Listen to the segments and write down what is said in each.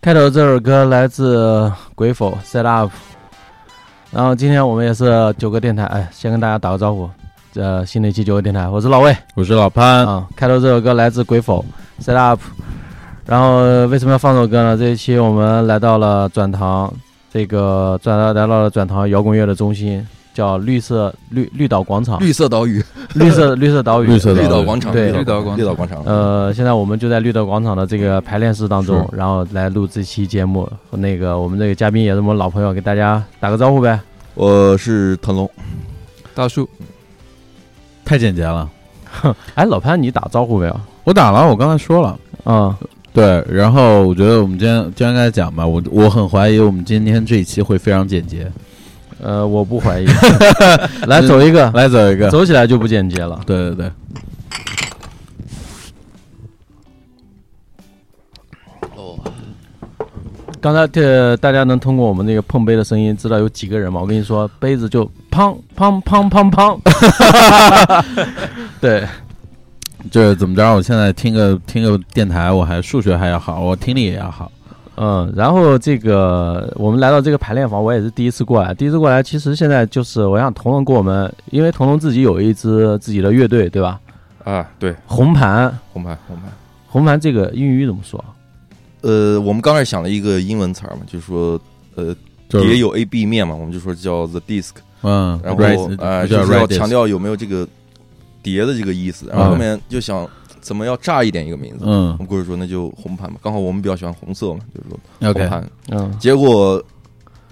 开头这首歌来自鬼否 Set Up，然后今天我们也是九个电台，哎，先跟大家打个招呼，呃，新的一期九个电台，我是老魏我是老嗯潘，啊。开头这首歌来自鬼否 Set Up，然后呃为什么要放这首歌呢？这一期我们来到了转塘，这个转来到了转塘摇滚乐的中心，叫绿色绿绿岛广啊场，绿色岛屿，绿色绿色岛屿，绿色绿岛岛广场，对绿岛广绿岛广场。呃，现在我们就在绿豆广场的这个排练室当中，然后来录这期节目。那个我们这个嘉宾也是我们老朋友，给大家打个招呼呗。我是腾龙，大树，太简洁了。哎，老潘，你打招呼没有？我打了，我刚才说了，嗯，对。然后我觉得我们今天今天该讲吧，我我很怀疑我们今天这一期会非常简洁。呃，我不 怀疑。来走一个，来走一个，走起来就不简洁了。对对对，刚才这大家能通过我们那个碰杯的声音知道有几个人吗？我跟你说，杯子就砰砰砰砰砰。 对，这怎么着？我现在听个听个电台，我还数学还要好，我听力也要好。嗯，然后这个我们来到这个排练房，我也是第一次过来。第一次过来，其实现在就是我想彤彤给我们，因为彤彤自己有一支自己的乐队，对吧？啊，对，红盘，红牌，红牌，红盘这个英语怎么说？呃，我们刚开始想了一个英文词儿嘛，就是说，呃，就是也有 A、B 面嘛，我们就说叫 the disc，嗯，然 right- 后呃，叫就是要 right- 强调有没有这个碟的这个意思，然后嗯后面就想怎么要炸一点一个名字。嗯我们过去说那就红盘吧，刚好我们比较喜欢红色嘛，就是说红，OK，盘。嗯，结果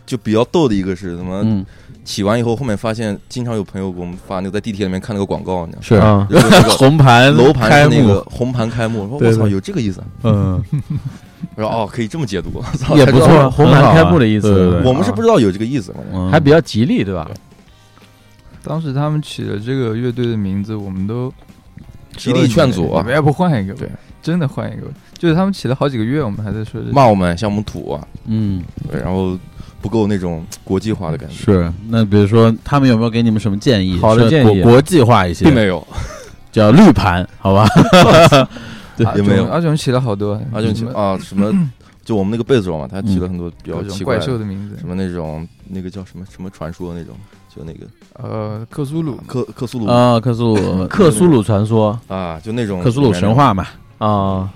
就比较逗的一个是什么？嗯，起完以后，后面发现经常有朋友给我们发那个在地铁里面看那个广告，你知道吗是嗯，就是那个红盘楼盘开是那幕个，红盘开幕，我说对我操，对有这个意思啊。嗯，我说哦，可以这么解读，操也才不知道错，红盘很好啊开幕的意思啊对对对我们是不知道有这个意思，反正 嗯还比较吉利，对吧？当时他们起了这个乐队的名字，我们都极力劝阻啊，要不换一个吧？对真的换一个吧。就是他们起了好几个月，我们还在说这骂我们像我们土啊，嗯。对，然后不够那种国际化的感觉，是，那比如说他们有没有给你们什么建议？好的是建国议国际化一些并，没有。叫绿盘，好吧？对也没有阿炯起了好多，而且什么啊什么，就我们那个贝斯手嘛，他起了很多比较嗯各种奇怪怪兽的，的名字什，么那种那个叫什么什么传说那种，就那个呃，克苏鲁，克克苏鲁啊，克苏鲁，克苏鲁传说啊，就那种克苏鲁神，话嘛，啊，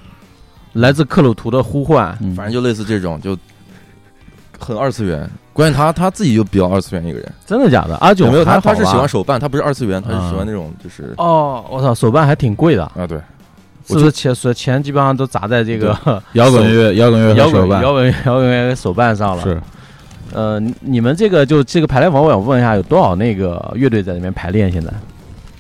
来自克鲁图的呼唤。嗯反正就类似这种，就很二次元。关键他他自己就比较二次元一个人，真的假的？阿有九没有？还好他吧他是喜欢手办，他不是二次元，他是喜啊欢那种就是哦，我操，手办还挺贵的，啊，对，是不是钱所钱基本上都砸在这个摇滚乐，摇滚乐摇和手滚办摇滚摇滚乐手办上了？是呃，你你们这个就这个排练房，我想问一下，有多少那个乐队在里面排练？现在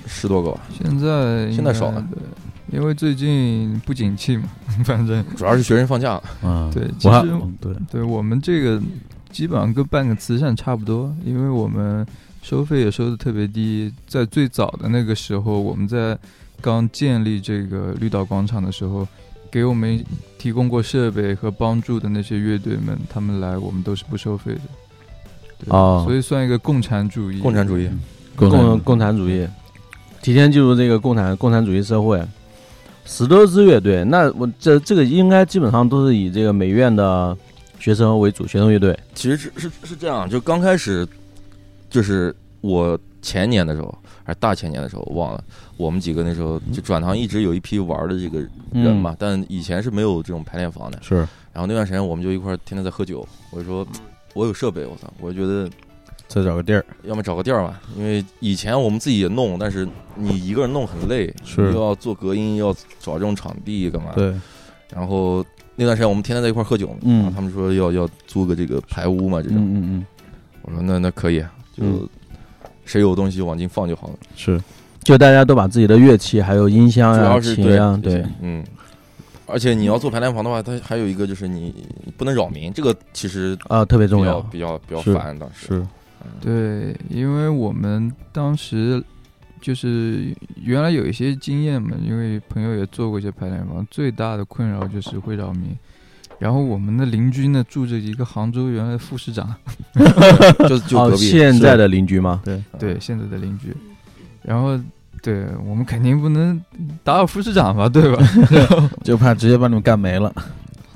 十多个吧，现在应现在少了该对，因为最近不景气嘛， 反正主要是学生放假，嗯，对其我还实嗯对，对我们这个基本上跟办个慈善差不多，因为我们收费也收的特别低。在最早的那个时候，我们在刚建立这个绿岛广场的时候，给我们提供过设备和帮助的那些乐队们，他们来我们都是不收费的。对哦所以算一个共产主义。共产主义。共产共共产主义，提前进入这个共产共产主义社会，十多支乐队，那我这这个应该基本上都是以这个美院的学生为主，学生乐队。其实是是是这样，就刚开始，就是我前年的时候，还是大前年的时候，我忘了。我们几个那时候就转行，一直有一批玩的这个人嗯嘛，但以前是没有这种排练房的。是然后那段时间我们就一块儿天天在喝酒。我就说，我有设备，我操，我觉得再找个地儿，要么找个地儿吧，因为以前我们自己也弄，但是你一个人弄很累，是又要做隔音，又要找这种场地干嘛？对，然后那段时间我们天天在一块儿喝酒嘛，嗯然后他们说要要租个这个排屋嘛，这嗯种，嗯嗯，我说那那可以，就嗯谁有东西往进放就好了，是就大家都把自己的乐器还有音箱主哎呀、要是琴呀，对对，嗯。而且你要做排练房的话，它还有一个就是你你不能扰民，这个其实啊，特别比重较要。比较比较是烦，当时是，对，因为我们当时就是原来有一些经验嘛，因为朋友也做过一些排练房，最大的困扰就是会扰民。然后我们的邻居呢，住着一个杭州原来的副市长，就就哦，隔壁现在的邻居吗？嗯对现在的邻居。然后，对我们肯定不能打扰副市长吧，对吧？ 嗯就怕直接把你们干没了。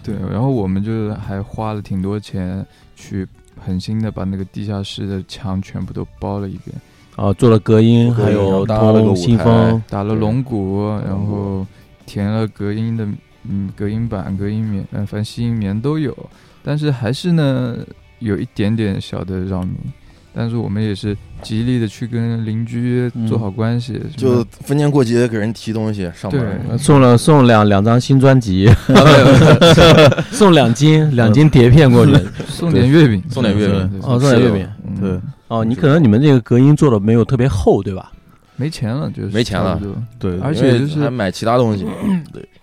对，然后我们就还花了挺多钱去狠心的把那个地下室的墙全部都包了一遍，啊，做了隔音，隔音还然有后搭了个通舞信台 风，打了对龙骨，然后填了隔音的，嗯，隔音板、隔音棉，嗯、反正吸音棉都有，但是还是呢有一点点小的扰民。但是我们也是极力的去跟邻居嗯做好关系，什么就逢年过节给人提东西上门对儿，送了送两两张新专辑，嗯送两斤两斤碟嗯片过去。送点月饼，送点月饼对哦送点月饼，嗯对，哦，你可能你们这个隔音做的没有特别厚，对吧？没钱了就是没钱了差不多对，而且因为就是还买其他东西，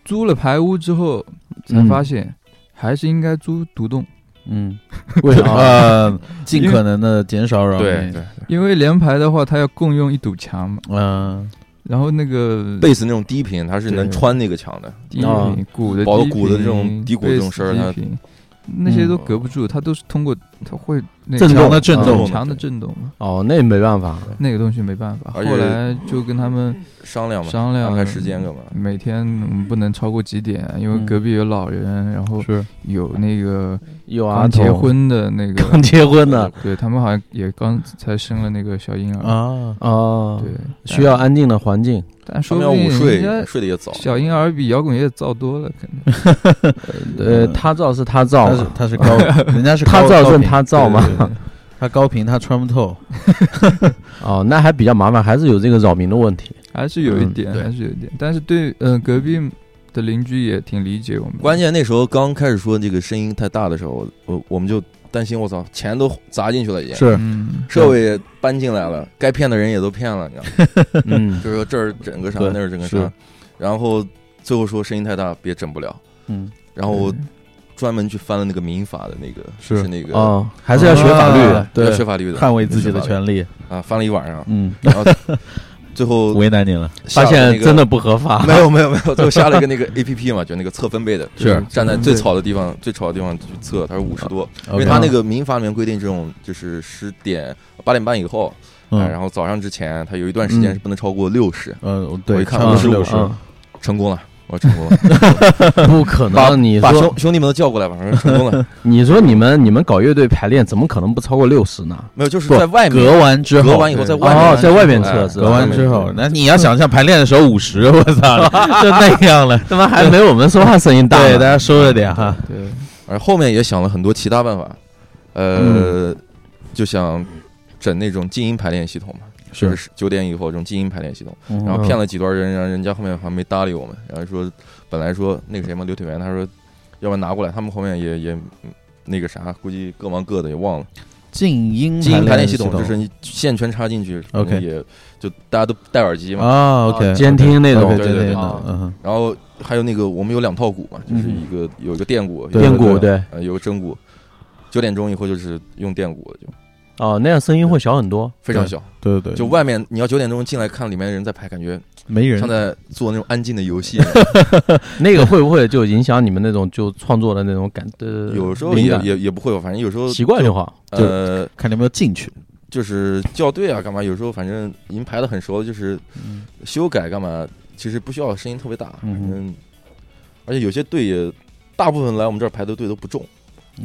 租了排屋之后才嗯发现还是应该租独栋，嗯，为啥呃，尽可能的减少扰对民。对，因为联排的话它要共用一堵墙嘛，嗯，然后那个贝斯那种低频它是能对穿那个墙的，低频、啊鼓的包括低鼓的频这种低鼓贝这种斯声儿低它频那些嗯都隔不住，它都是通过它会那震强动的震啊动强的对震动嘛，哦，那也没办法，那个东西没办法。而且后来就跟他们商量嘛，商量安排时间干嘛？每天我们不能超过几点，因为嗯隔壁有老人，然后是有那个有啊，刚结婚的那个， 刚结婚的对他们好像也刚才生了那个小婴儿，啊，哦对，，需要安静的环境。但他说们不要午定睡人，家睡得也早，小婴儿比摇滚乐造多了，可能呃，他造是他造他是嘛，他是高，人家是他高造高是频他造嘛。对对对他高频他穿不透。哦，那还比较麻烦，还是有这个扰民的问题。还是有一嗯点，对还是有一点。但是对，嗯，隔壁的邻居也挺理解我们的。关键那时候刚开始说这个声音太大的时候，我我们就担心，我操，钱都砸进去了已经，是嗯，设备也搬进来了，该骗的人也都骗了，你知 道吗？嗯就是说这儿整个啥，对那儿整个是啥，然后最后说声音太大，别整不了。嗯，然后哦我对专门去翻了那个民法的那个，是是那个哦，还是要学法律啊。对要学法律的，捍卫自己的权利。啊，翻了一晚 上，嗯，然后最后为难你了。发下了现那个真的不合法， 没有没有没有，最后下了一个那个 A P P 嘛，就那个测分贝的，是嗯站在最草的地方最吵的地方去测，它是五十多，因为 OK 它嗯那个民法里面规定，这种就是十点八点半以后，啊嗯然后早上之前，它有一段时间是不能超过六十，呃，我对，一看上五是十六五十，嗯成功了，我成功了，不可把能。你把说兄兄弟们都叫过来吧，反正成 功了，你说你们你们搞乐队排练，怎么可能不超过六十呢？没有，就是不在外面隔完之隔后，完以后在外哦，面在外面哎测是隔吧完？之后，那你要想象排练的时候五十，我操，就那样了。他妈还没我们说话声音大呢。对，大家收着点啊哈。，对，而后面也想了很多其他办法，呃，就想整那种静音排练系统嘛，就是是九点以后这种静音排练系统，嗯然后骗了几段人，然后人家后面还没搭理我们，然后说本来说那个谁嘛，刘铁元，他说要不然拿过来，他们后面也也嗯那个啥，估计各忙各的也忘了。静音静音排练系系统就是你线圈插进去 OK 可能也就大家都戴耳机嘛，啊，OK，监听那对种对对对对对，啊嗯哼，然后还有那个我们有两套鼓嘛，就是嗯一个有一个电鼓，对电有一鼓，个对，呃，有个真鼓。九点钟以后就是用电鼓了，就哦，那样声音会小很多。非常小。对对对，就外面你要九点钟进来看里面的人在排，感觉没人像，在做那种安静的游戏。 那个会不会就影响你们那种就创作的那种感？呃，有时候灵也感也也不会吧，反正有时候习惯就好。就呃，看你有没有进去。就是校对啊，干嘛？有时候反正已经排的很熟了，就是修改干嘛？其实不需要声音特别大，嗯反正而且有些队也大部分来我们这儿排的队都不重，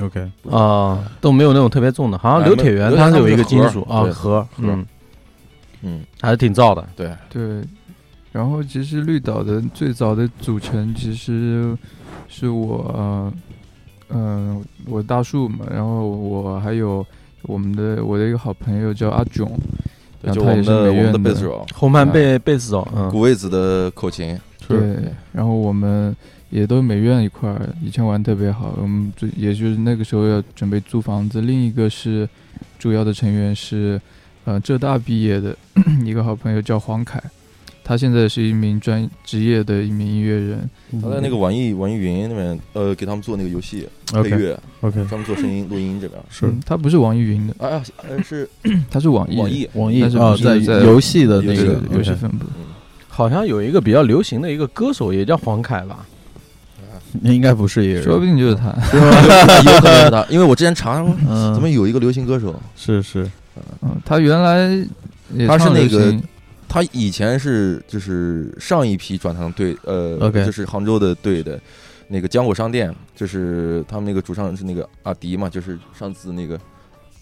OK，啊，都没有那种特别重的，好像哎刘铁元没他是有一刘铁元个他们金是属盒啊对盒，嗯，嗯，还是挺燥的。对，对，然后其实绿岛的最早的组成其实是我，嗯、呃，我大树嘛，然后我还有我们的我的一个好朋友叫阿囧，对然就后我他也们是的我们美的院贝斯手后曼贝贝斯手，嗯古卫子的口琴，对，然后我们也都美院一块儿，以前玩特别好，我们最也就是那个时候要准备租房子，另一个是主要的成员是，呃，浙大毕业的 一个好朋友叫黄凯。他现在是一名专职业的一名音乐人，他在那个网易网易云那边呃给他们做那个游戏配 OK 乐， OK，专门做声音录音这边。是嗯他不是网易云的，哎呀，呃是他是网易的网 易，网易但是哦，不是在游戏的那对个游对戏游戏 OK 分部。嗯，好像有一个比较流行的一个歌手也叫黄凯吧？ 应该不是一个说不人，定就是他，有可能是他，因为我之前查过，嗯，怎么有一个流行歌手，是是嗯，他原来也他是唱那流个行他以前是就是上一批转堂队，呃 OK 就是杭州的队的那个浆果商店，就是他们那个主唱是那个阿迪嘛，就是上次那个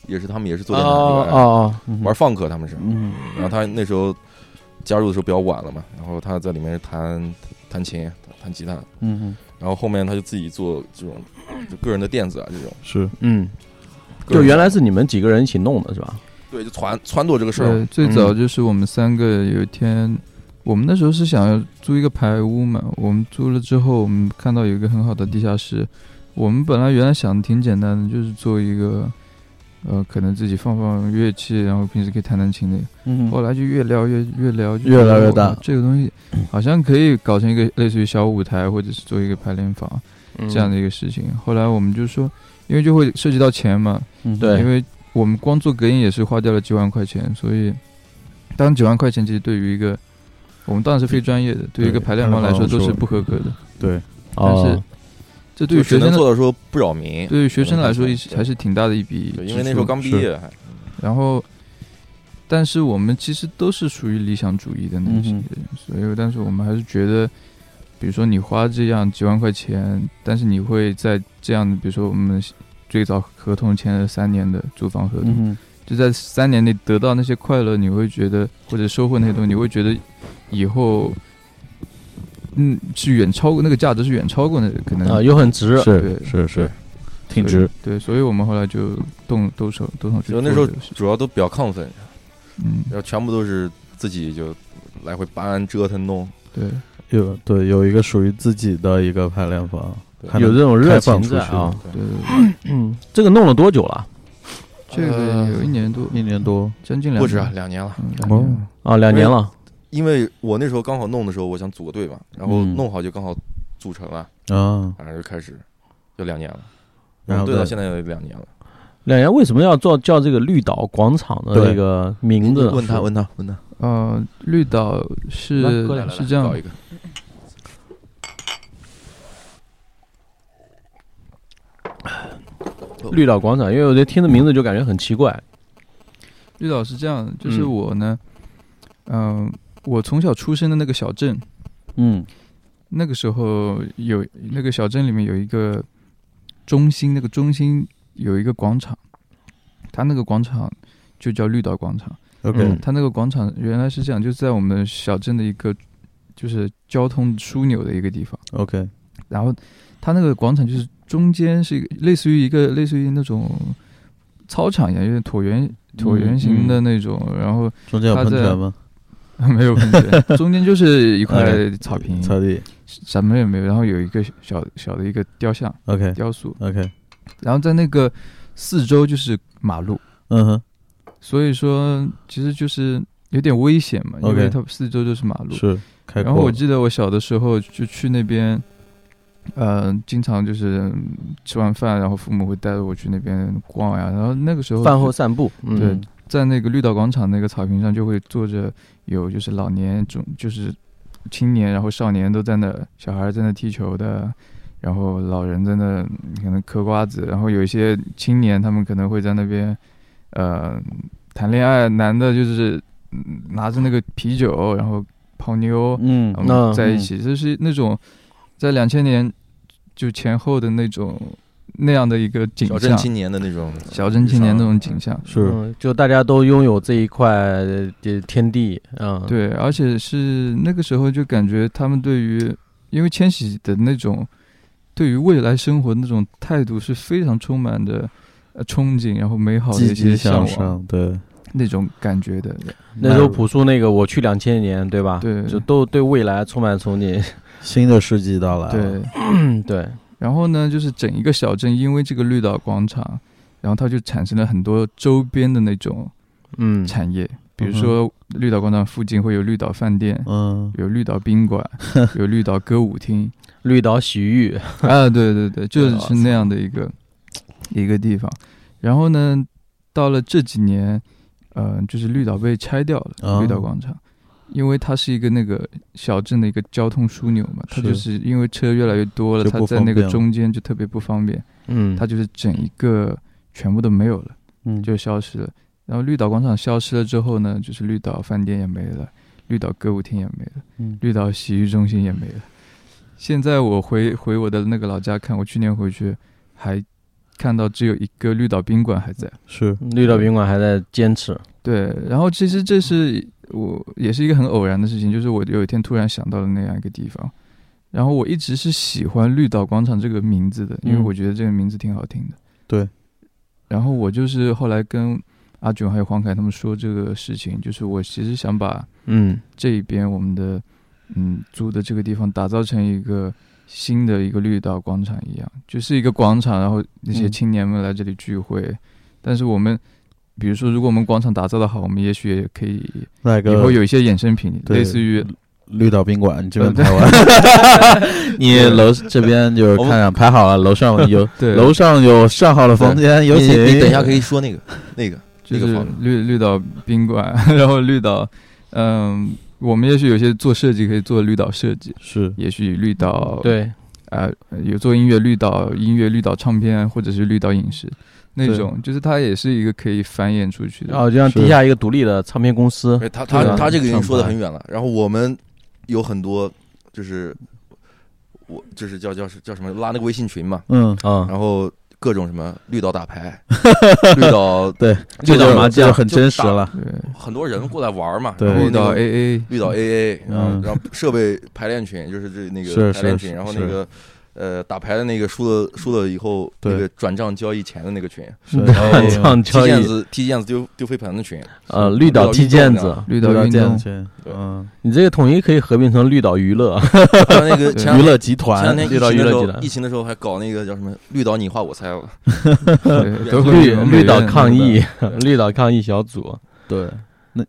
也是他们也是做电台那哦个哎哦哦，玩放克，他们是，嗯然后他那时候加入的时候比较晚了嘛，然后他在里面弹弹琴、弹吉他，嗯然后后面他就自己做这种就个人的电子啊这种，是嗯，个就人原来是你们几个人一起弄的是吧？对就撺撺掇这个事对儿，，嗯最早就是我们三个有一天，我们那时候是想要租一个排屋嘛，我们租了之后，我们看到有一个很好的地下室，我们本来原来想的挺简单的，就是做一个，呃，可能自己放放乐器，然后平时可以弹弹琴那个。嗯后来就越聊越越聊越聊越哇大嗯这个东西好像可以搞成一个类似于小舞台，或者是做一个排练房嗯这样的一个事情。后来我们就说，因为就会涉及到钱嘛，嗯对因为我们光做隔音也是花掉了几万块钱，所以当然几万块钱其实对于一个我们当然是非专业的，对于一个对排练房来说排练房都来说是不合格的。对，但是哦，这对就于只学能生的做到说不扰民。对于学生来说也是对还是挺大的一笔支出，对，因为那时候刚毕是业，还然后。但是我们其实都是属于理想主义的那些人嗯，所以但是我们还是觉得，比如说你花这样几万块钱，但是你会在这样，比如说我们最早合同签了三年的租房合同，嗯就在三年内得到那些快乐，你会觉得或者收获那些东西，你会觉得以后，嗯，是远超过那个价值，是远超过那个可能啊，又很值，是对是是，挺所以值。对，所以我们后来就动动手动手去就做那时候这个事主要都比较亢奋，嗯，然后全部都是自己就来回搬折腾弄，对，有对有一个属于自己的一个排练房，对还能有这种热开放情出在去啊。对对，嗯，这个弄了多久了？这呃个有一年多，一年多，将近两不止啊哦年两年了。嗯两年了啊，两年了。因为我那时候刚好弄的时候，我想组个队嘛，然后嗯弄好就刚好组成了，啊，然后就开始，就两年了。嗯然后对，到再现在有两年了。两年为什么要做叫这个绿岛广场的对这个名字呢？问他，问他，问他，呃，绿岛来是喝点来是这样搞，一个。绿岛广场，因为我觉得听的名字就感觉很奇怪。绿岛是这样，就是嗯我呢，嗯，我从小出生的那个小镇，嗯那个时候有那个小镇里面有一个中心，那个中心有一个广场，它那个广场就叫绿岛广场。嗯 OK，它那个广场原来是这样，就在我们小镇的一个就是交通枢纽的一个地方。 OK，然后它那个广场就是中间是一个类似于一个类似于那种操场一样，有点椭圆椭圆形的那种，然后中间有它喷在泉吗？没有喷泉，中间就是一块 OK，草坪，草地什么也没有，然后有一个小小的一个雕像。 ，OK 雕塑， OK，然后在那个四周就是马路，嗯哼，所以说其实就是有点危险嘛，因 OK 为它四周就是马路。是开然后阔我，记得我小的时候就去那边，呃，经常就是嗯吃完饭，然后父母会带着我去那边逛呀。然后那个时候饭后散步，嗯对，在那个绿岛广场那个草坪上就会坐着有就是老年中就是青年，然后少年都在那，小孩在那踢球的，然后老人在那嗯可能嗑瓜子，然后有一些青年他们可能会在那边呃谈恋爱，男的就是嗯拿着那个啤酒，然后泡妞，嗯，然那后在一，起，就是那种在两千年就前后的那种那样的一个景小镇象。青年的那种，小镇青年那种景象，是嗯，就大家都拥有这一块呃天地，嗯，，对，而且是那个时候就感觉他们对于，因为千玺的那种对于未来生活的那种态度是非常充满着呃憧憬，然后美好的积一极些向向往上，对，那种感觉的。那时候朴树那个我去两千年，对吧？对啊就都对未来充满憧憬，新的世纪到来，对，，嗯，对，然后呢，就是整一个小镇因为这个绿岛广场，然后它就产生了很多周边的那种嗯，产业，比如说绿岛广场附近会有绿岛饭店。嗯，有绿岛宾馆，有绿岛歌舞厅，绿岛洗浴， 啊，对对对，就对啊是那样的一个一个地方。然后呢，到了这几年，呃，就是绿岛被拆掉了，啊绿岛广场，因为它是一个那个小镇的一个交通枢纽嘛，它是就是因为车越来越多了，就它不在方那个便中间就特别不方便，嗯，它就是整一个全部都没有了，嗯就消失了。然后绿岛广场消失了之后呢，就是绿岛饭店也没了，绿岛歌舞厅也没了，嗯绿岛洗浴中心也没了。现在我回回我的那个老家看，我去年回去还看到只有一个绿岛宾馆还在。是绿岛宾馆还在坚持，对，然后其实这是我也是一个很偶然的事情，就是我有一天突然想到了那样一个地方，然后我一直是喜欢绿岛广场这个名字的，因为嗯我觉得这个名字挺好听的。对，然后我就是后来跟阿炯还有黄凯他们说这个事情，就是我其实想把嗯这一边我们的嗯租的这个地方打造成一个新的一个绿岛广场一样，就是一个广场，然后那些嗯青年们来这里聚会。但是我们比如说，如果我们广场打造的好，我们也许也可以那以后个有一些衍生品，对类似于绿岛宾馆，你这边嗯呃对拍完， 你楼这边就是看看排好了，楼上有对楼上有上好的房间，有你请你等一下可以说那个那个就那个是方面绿绿岛宾馆， 然后绿岛，嗯，我们也许有些做设计可以做绿岛设计，是也许绿岛对，啊、有做音乐绿岛音乐绿岛唱片啊或者是绿岛影视那对种，就是它也是一个可以繁衍出去的。然后哦就像是地下一个独立的唱片公司，哎他他对啊他这个已经说的上很远了。然后我们有很多就是我就是叫叫叫什么拉那个微信群嘛，嗯，嗯，然后各种什么绿岛 打牌、绿岛对，绿就岛是麻就将，很就真实打，了，对，很多人过来玩嘛，对然后绿岛那个 AA 绿岛 AA，然后嗯然后设备排练群就是这那是是个排练是群，然后是那个呃打牌的那个输了输了以后对那个转账交易钱的那个群，是 哎然 后唱踢交毽易，子踢毽子丢丢飞盘的群，呃，绿岛踢毽子，绿绿岛岛运健动，身，嗯，你这个统一可以合并成绿岛娱 乐，还有 那个前两娱天乐集前团，两天疫绿岛情娱的乐时集候，团疫情的时候还搞那个叫什么“绿岛你画我猜”， 对都会绿有绿岛美院抗那个议， 绿岛抗议小组，对，那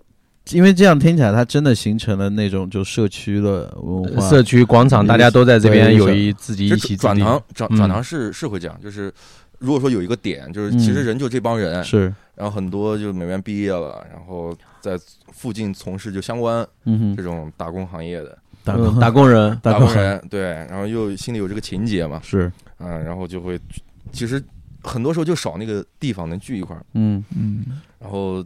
因为这样听起来，它真的形成了那种就社区的文化，社区广场大家都在这边对有一自己就一起是转堂堂转嗯转堂是是会这样，就是如果说有一个点，就是嗯其实人就这帮人，是，然后很多就美院毕业了，然后在附近从事就相关嗯这，种打工行业的打工嗯打工人，打打工工人，对，然后又心里有这个情节嘛，是，嗯，然后就会其实很多时候就少那个地方能聚一块儿，嗯嗯，然后。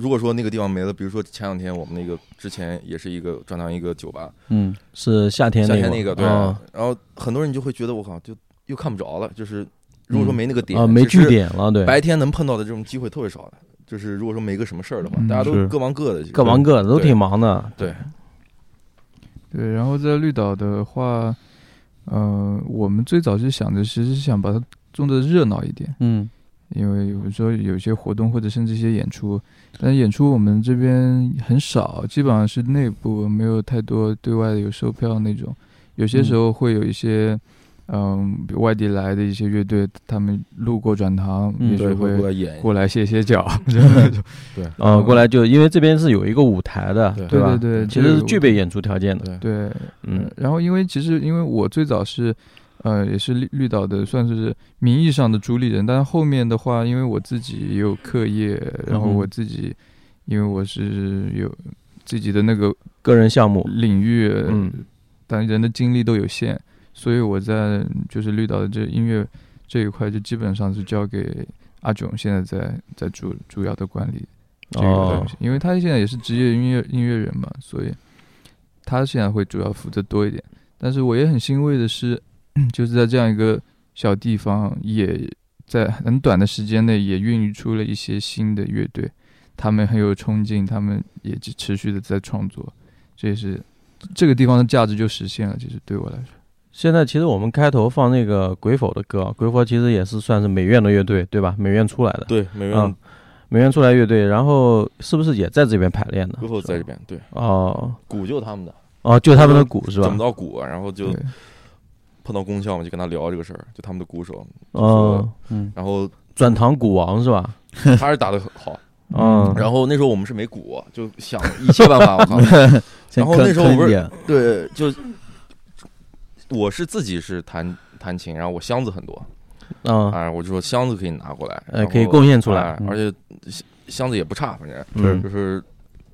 如果说那个地方没了，比如说前两天我们那个之前也是一个转堂一个酒吧，嗯，是夏天夏那天个那个对，嗯然后很多人就会觉得我靠，就又看不着了，就是如果说没那个点啊，没其实据点了，对，白天能碰到的这种机会特别少的。就是如果说没个什么事儿的话，嗯大家都是各忙各的，其实各忙各的，都对挺忙的，对，对。然后在绿岛的话，呃，我们最早是想着，其实是想把它弄得热闹一点，嗯，因为有时候有些活动或者甚至一些演出，但演出我们这边很少，基本上是内部，没有太多对外的有售票那种。有些时候会有一些，嗯，比如外地来的一些乐队，他们路过转塘，嗯也许对，会过会来演，过来歇歇脚，这样那种呃，嗯过来就因为这边是有一个舞台的，对吧？对对对其实是这个具备演出条件的，对，对，嗯嗯，然后因为其实因为我最早是，呃，也是绿绿岛的，算是名义上的主理人，但是后面的话，因为我自己也有课业，然后嗯哼我自己，因为我是有自己的那个个人项目，领域，嗯，但人的精力都有限，所以我在就是绿岛的这音乐这一块，就基本上是交给阿炯现在在在主主要的管理这个哦东西，，因为他现在也是职业音乐音乐人嘛，所以他现在会主要负责多一点。但是我也很欣慰的是， 就是在这样一个小地方，也在很短的时间内也孕育出了一些新的乐队，他们很有冲劲，他们也持持续的在创作，这也是这个地方的价值就实现了。其实对我来说，现在其实我们开头放那个鬼否的歌，鬼否其实也是算是美院的乐队，对吧？美院出来的，对，美嗯院美院出来乐队，然后是不是也在这边排练呢？最后在这边，对，哦鼓就他们的，哦，就他们的鼓是吧整？到鼓，啊然后就对，碰到功效嘛，就跟他聊这个事儿，就他们的鼓手，哦，嗯，然后转堂鼓王是吧？他是打的 好，嗯然后那时候我们是没鼓，就想一切办法，我靠， 先然后坑那时候我坑不一是点对，就我是自己是弹弹琴，然后我箱子很多，嗯，啊，我就说箱子可以拿过来，呃，然啊可以后贡献出来，哎而且箱箱子也不差，反正嗯就是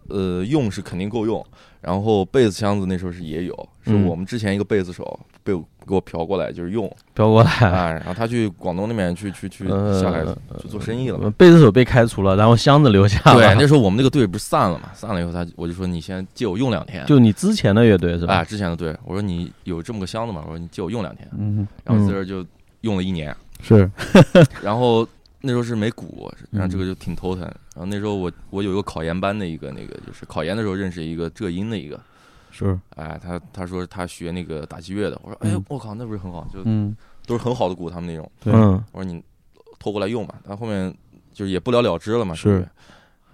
呃，用是肯定够用。然后贝斯箱子那时候是也有，是嗯我们之前一个贝斯手被我给我嫖过来，就是用飘过来。啊，然后他去广东那边去去去哎呃下来去做生意了嘛。贝斯手嗯被开除了，然后箱子留下了。对，那时候我们那个队不是散了嘛，散了以后他我就说你先借我用两 天，就你之前的乐队是吧？哎之前的队，我说你有这么个箱子嘛，我说你借我用两天，嗯，然后在这儿就用了一年，是然后那时候是没鼓，然后这个嗯就挺头疼。然后那时候我我有一个考研班的一个那个，就是考研的时候认识一个浙音的一个，是，哎，他他说他学那个打击乐的，我说哎嗯我靠，那不是很好，就嗯，都是很好的鼓，他们那种。对嗯，我说你拖过来用吧，但后面就是也不了了之了嘛，是不是？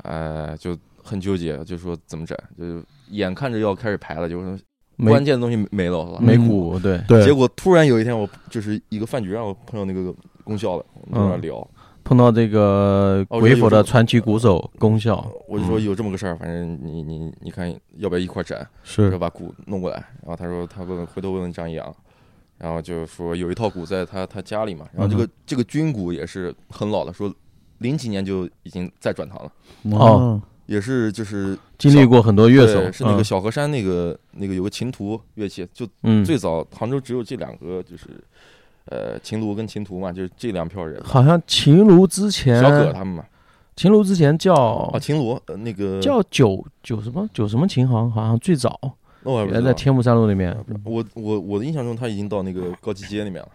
哎，就很纠结，就说怎么整，就眼看着要开始排了，就是没关键的东西没了，没嗯鼓，对，对，结果突然有一天，我就是一个饭局上，我碰到那个功效了，我们在那儿嗯聊，碰到这个哦鬼有斧这的个传奇鼓手功效，我就说嗯有这么个事儿，反正你你你看要不要一块儿展，是就把鼓弄过来。然后他说他问回头问问张一阳，然后就说有一套鼓在他他家里嘛，然后这嗯个这个军鼓也是很老了，说零几年就已经在转堂了，哦，也是就是经历过很多乐手对，是那个嗯小河山那个那个有个琴图乐器，就嗯，最早杭州只有这两个就是。呃，琴炉跟琴图嘛，就是这两票人，好像秦炉之前小葛他们嘛，秦炉之前叫啊，秦罗，呃那个哦叫九九什么九什么琴行，好像最早那我还原不知来在道天目山路那边我我我的印象中他已经到那个高级街那边了，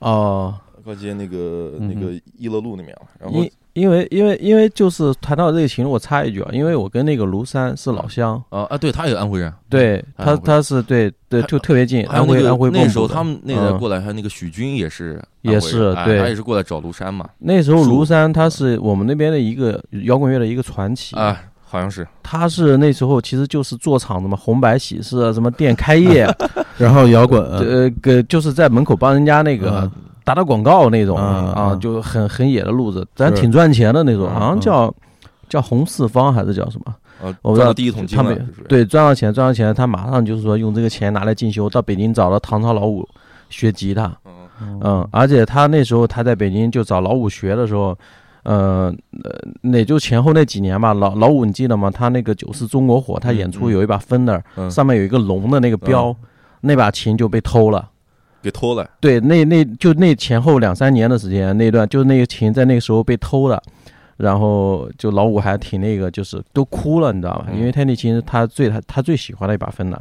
哦。高级街那个嗯那哼个一乐路那边了。然后因因为因为因为就是谈到这个秦，炉，我插一句啊，因为我跟那个卢山是老乡，啊啊，对他也安徽人，对安他徽他是对对还就特别近，还有安那徽个安徽那蚌时候埠的他们那代嗯过来，还有那个许军也是安徽也人，是哎对他也是过来找庐山嘛，那时候是庐山他是我们那边的一个摇滚乐的一个传奇，啊，好像是他是那时候其实就是做场子嘛，红白喜事啊，什么店开 业，嗯然后摇滚，呃，给就是在门口帮人家那啊个嗯打打广告那种嗯啊，嗯就很很野的路子，但是挺赚钱的那种，嗯好像嗯叫叫红四方还是叫什么？呃，我不知道赚了第一桶金他了们，就是，对，赚到钱赚到钱，他马上就是说用这个钱拿来进修，到北京找了唐朝老五学吉他，嗯，嗯，而且他那时候他在北京就找老五学的时候，呃，呃，也就前后那几年吧。老老五你记得吗？他那个九四中国火，他演出嗯有一把 Fender，、嗯上面有一个龙的那个标，那把琴就被偷了。给偷了，对，那那就那前后两三年的时间，那段就那个琴在那个时候被偷了，然后就老五还挺那个，就是都哭了，你知道吧？嗯因为他那琴是他最他他最喜欢的一把芬达。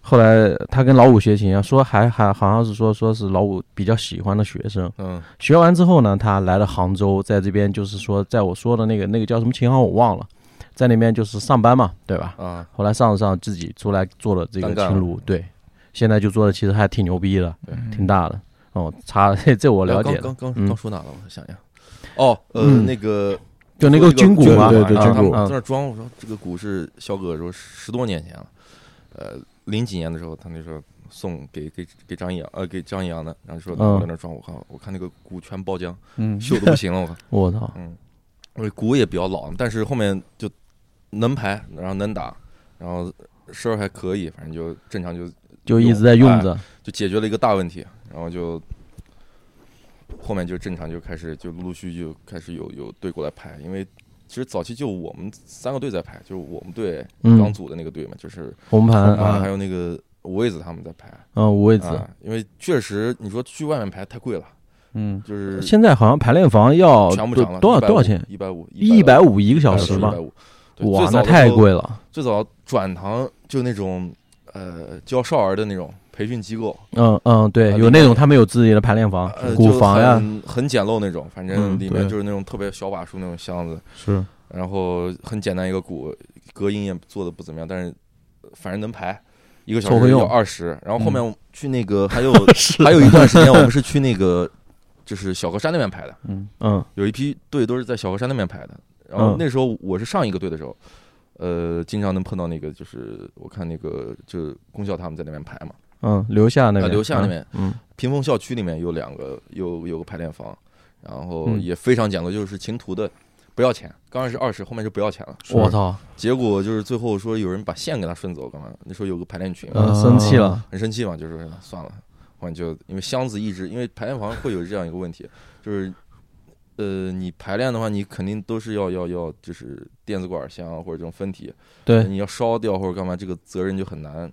后来他跟老五学琴啊，说还还好像是说说是老五比较喜欢的学生。嗯学完之后呢，他来了杭州，在这边就是说，在我说的那个那个叫什么琴行我忘了，在那边就是上班嘛，对吧？啊，后来上了上自己出来做了这个单干了嗯琴炉，对，现在就做的其实还挺牛逼的。挺大的。哦，差 这我我了解刚的，刚嗯刚刚说哪了？我想想，哦，呃，嗯那个就那个军鼓对嘛，对对啊军他鼓们啊在那装，我说这个鼓是肖哥说十多年前了，呃，零几年的时候，他那时候送给给给张一阳，呃，给张一阳的，然后说嗯我在那装，我靠，我看那个鼓全包浆， 嗯锈的不行了，我靠，我操，嗯，我鼓也比较老，但是后面就能排，然后能打，然后声儿还可以，反正就正常就就一直在用着，就解决了一个大问题，然后就后面就正常就开始就陆陆续续就开始有有队过来排，因为其实早期就我们三个队在排，就是我们队嗯刚组的那个队嘛，就是红盘啊还啊，有那个五位子他们在排嗯，五位子。啊，因为确实你说去外面排太贵了，嗯，就是呃现在好像排练房要全部多涨了多少多少钱？一百五，一百五五一个小时吧吧？，对哇，最那早的太时候贵了。最早转堂就那种呃教少儿的那种培训机构，嗯嗯，对，啊有那种他们有自己的排练房呃、、鼓啊房就呀，很很简陋那种，反嗯正里对面就是那种特别小瓦数那种箱子，嗯是然后很简单一个鼓，隔音也做的不怎么样，但是呃反正能排。一个小凑合时要用嗯二十，然后后面去那个 还有还有一段时间，我们是去那个就是小河山那边排的，嗯有一批队都是在小河山那边排的。然后嗯那时候我是上一个队的时候，呃，经常能碰到那个，就是我看那个就功效他们在那边排嘛，嗯，留下那呃，边，留下那边嗯，屏风校区里面有两个有有个排练房，然后嗯也非常讲究，就是琴图的不要钱，刚开始二十，后面就不要钱了。嗯，我操，结果就是最后说有人把线给他顺走，干嘛？那时候有个排练群嘛，嗯，生气了，很生气嘛，就是算了，后面就因为箱子一直，因为排练房会有这样一个问题，就是呃，你排练的话，你肯定都是要要要，就是电子管箱啊或者这种分体，对，你要烧掉或者干嘛，这个责任就很难。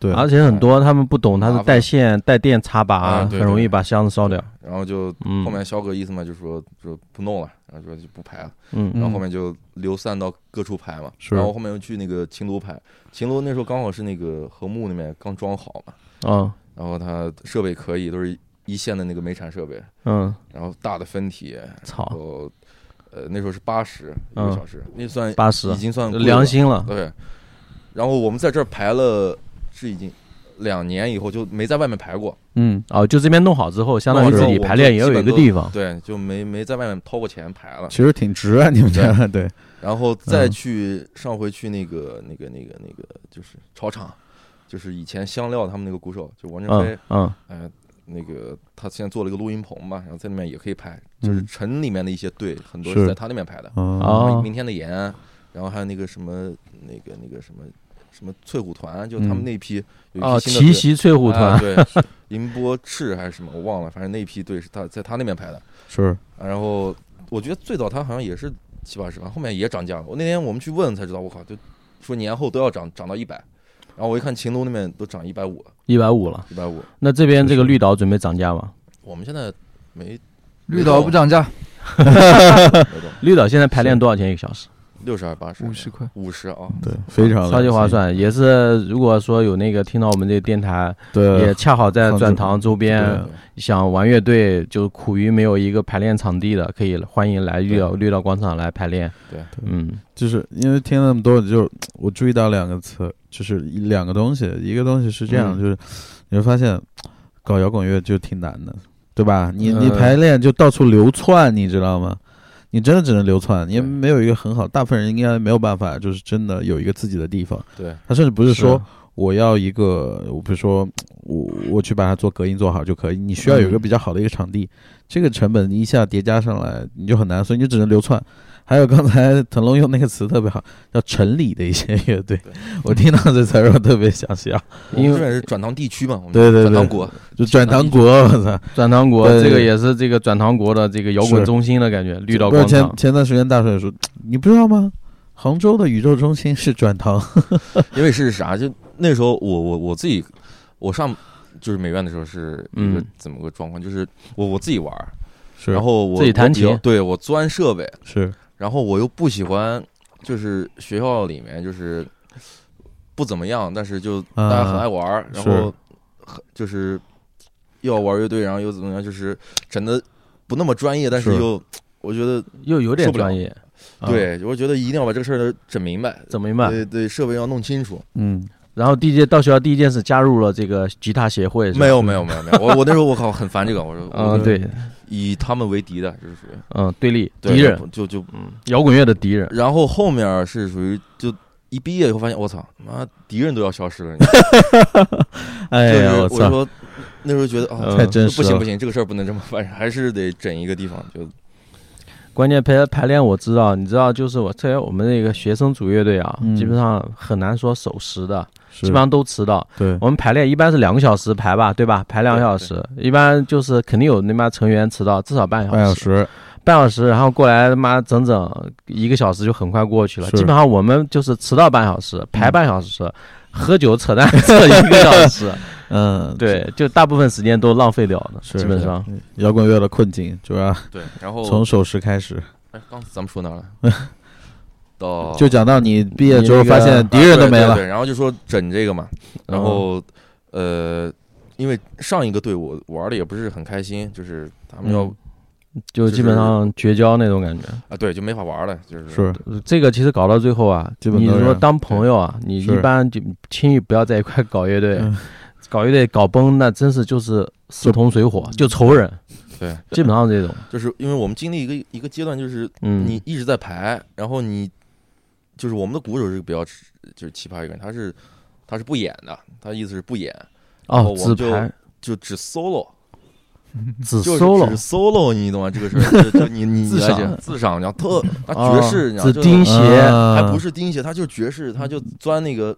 对，而且很多他们不懂，他麻是烦带线带电插拔，啊对很容易把箱子烧掉。然后就嗯，后面肖哥意思嘛，就说说不弄了，然后说就不排了，嗯然后后面就流散到各处排嘛。是然后后面又去那个秦楼排，秦楼那时候刚好是那个和睦那边刚装好嘛，嗯然后它设备可以，都是一线的那个煤产设备，嗯，然后大的分体，然操，后呃那时候是八十一哦嗯个小时，那算八十啊已经算贵了良心了。对，然后我们在这儿排了，是已经两年以后就没在外面排过，嗯，哦，就这边弄好之后，相当于弄好自之后己我排们练就也基有一本个都地方。对，就没没在外面掏过钱排了。其实挺值啊，你们家对，然后再去上回去那个那个那个那个就是炒场，就是以前香料他们那个鼓手就王振飞嗯，嗯呃，那个他现在做了一个录音棚嘛，然后在那边也可以拍，就是嗯城里面的一些队，很多是是在他那边拍的。啊哦然后明天的盐，然后还有那个什么那个那个什么什么翠虎团，就他们嗯那批有一哦，批新奇的队袭翠虎团，啊对，银波赤还是什么，我忘了，反正那批队是他在他那边拍的。是啊然后我觉得最早他好像也是七八十万，后面也涨价了。我那天我们去问才知道，我靠，就说年后都要涨涨到一百。然后我一看秦东那边都涨一百五了，一百五了。一百五。那这边这个绿岛准备涨价吗？我们现在没绿岛不涨价，没动，绿岛现在排练多少钱一个小时？六十还是八十？五十块。五十啊，对，非常超级划良心，算，也是如果说有那个听到我们这个电台，也呃对，恰好在杭州转塘周边对，想玩乐队，就苦于没有一个排练场地的，可以欢迎来绿岛绿岛广场来排练。对嗯，就是因为听了那么多，就是我注意到两个词，就是一两个东西，一个东西是这样，嗯就是你会发现搞摇滚乐就挺难的，对吧？你你呃排练就到处流窜，你知道吗？你真的只能流窜，也对没有一个很好，大部分人应该没有办法，就是真的有一个自己的地方。对他甚至不是是说我要一个，我比如说我我去把它做隔音做好就可以，你需要有一个嗯比较好的一个场地，这个成本一下叠加上来，你就很难，所以你就只能流窜。还有刚才腾龙用那个词特别好，叫城里的一些乐队对，我听到这词儿我特别想笑，我们因为这边是转塘地区嘛，我们对对转对塘国，就转塘国，我操！转塘国对这个也是这个转塘国的这个摇滚是中心的感觉，绿岛不是广前场。前段时间大帅说，你不知道吗？杭州的宇宙中心是转塘，因为是啥？就那时候我我我自己，我上就是美院的时候是一个嗯怎么个状况？就是我我自己玩儿，是然后我自己弹琴我比较对我钻设备，是然后我又不喜欢，就是学校里面就是不怎么样，但是就啊大家很爱玩儿，然后很就是又要玩乐队，然后又怎么样，就是整的不那么专业，但是是又我觉得又有点受不了专业，啊，对，我觉得一定要把这个事儿整明白，整明白。对对，设备要弄清楚。嗯，然后第一件到学校第一件事加入了这个吉他协会，是吧没有没有没有没有，我我那时候我靠很烦这个，我说嗯、我对，以他们为敌的，就是属于嗯，对立对敌人，嗯就就摇滚乐的敌人，然后后面是属于就一毕业以后发现我操妈敌人都要消失了，你哎就是呀，我操，说那时候觉得啊，嗯太真实不了，行不行，这个事儿不能这么办，还是得整一个地方。就关键排排练我知道，你知道，就是我特别我们那个学生组乐队啊，嗯基本上很难说守时的，是基本上都迟到。对我们排练一般是两个小时排吧，对吧？排两个小时，一般就是肯定有那妈成员迟到，至少半小时，半小时，半小时，然后过来他妈整整一个小时就很快过去了。是基本上我们就是迟到半小时，排半小时，喝酒扯淡扯一个小 时，嗯，对，就大部分时间都浪费掉了，是基本上。摇滚乐的困境，主要 对，然后从守时开始，哎，刚咱们说哪儿了？ 到就讲到你毕业之后你那个发现敌人都没啊对对了，嗯对，然后就说整这个嘛，然后呃，因为上一个队伍玩的也不是很开心，就是他们要嗯就基本上绝交那种感觉。啊，对，就没法玩了，就是是这个其实搞到最后啊，基本你都是说当朋友啊，你是一般就轻易不要在一块搞乐队啊嗯，搞乐队搞崩那真是就是势同水火，就仇人，对，基本上这种。就是因为我们经历一个一个阶段，就是嗯，你一直在排，然后你就是我们的鼓手是比较就是奇葩一个人，他是他是不演的，他意思是不演，哦，我们只就排就只 solo。只就是 solo 只 solo，你懂吗？这个事儿，就就你你自你来讲赏自赏，然后特他啊爵士，然后只就钉鞋，啊还不是钉鞋，他就是爵士，他就钻那个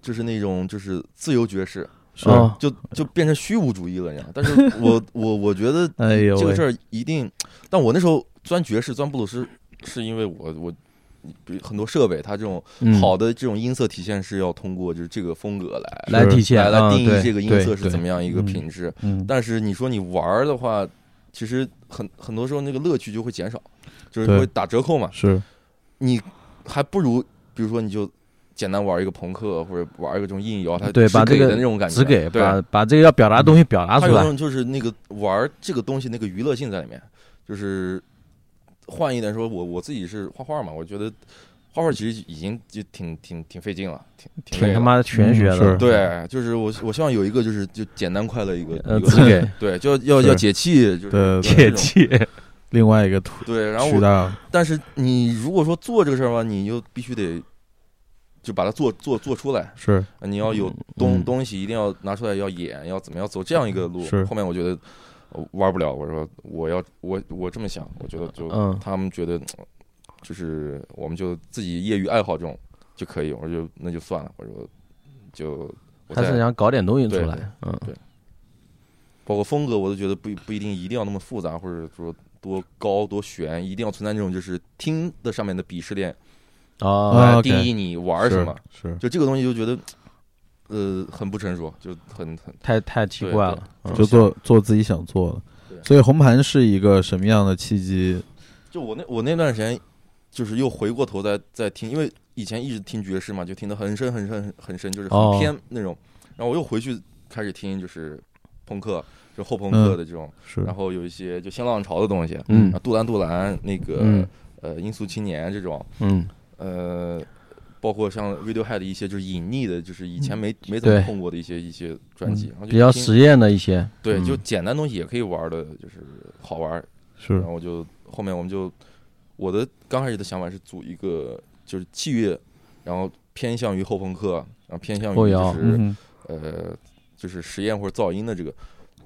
就是那种就是自由爵士，是哦就就变 成虚无主义了，你知道吗？但是我我我觉得哎呦这个喂事，儿一定，但我那时候钻爵士、钻布鲁斯，是因为我我比很多设备，它这种嗯好的这种音色体现是要通过就是这个风格来来体现来来嗯定对义这个音对色是对怎么样一个嗯品质。嗯，但是你说你玩儿的话，其实很很多时候那个乐趣就会减少，就是对会打折扣嘛。是你还不如比如说你就简单玩一个朋克或者玩一个这种硬摇，它对只把这给个的那种感觉，只给对，把把这个要表达的东西表达出它有那来，种就是那个玩儿这个东西那个娱乐性在里面，就是换一点说，我我自己是画画嘛，我觉得画画其实已经就挺挺挺费劲了，挺挺累挺他了妈的玄学嗯是的，对，就是我我希望有一个就是就简单快乐一个呃，一个只给对，就要要是要解气，就是 对 就是切这种记，另外一个图对，然后渠我道，但是你如果说做这个事儿吧，你就必须得就把它做做做出来，是你要有东、嗯东西一定要拿出来，要演，要怎么样走这样一个路。是后面我觉得呃玩不了，我说我要我我这么想，我觉得就、嗯他们觉得呃就是我们就自己业余爱好这种就可以，我说就那就算了，我说就我还是再想搞点东西出对来，嗯，包括风格，我都觉得不不一定一定要那么复杂，或者说多高多悬，一定要存在那种就是听的上面的鄙视链哦，啊来 OK 定义你玩什么。是是就这个东西就觉得呃很不成熟，就很很太太奇对怪对了，嗯就做做自己想做的对。所以红盘是一个什么样的契机？就我那我那段时间，就是又回过头再再听，因为以前一直听爵士嘛，就听得很深很深很深，就是哦很偏那种。然后我又回去开始听，就是朋克，就后朋克的这种，是然后有一些就新浪潮的东西，啊，嗯杜兰杜兰那个、嗯呃音速青年这种，嗯，呃，包括像 Radiohead 的一些就是隐匿的，就是以前没、没怎嗯对嗯么碰过的一些一些专辑，然后就比较听实验的一些，对，嗯就简单东西也可以玩的，就是好玩，是然后我就后面我们就我的刚开始的想法是组一个就是器乐，然后偏向于后朋克，然后偏向于后就摇是、嗯呃就是实验或者噪音的这个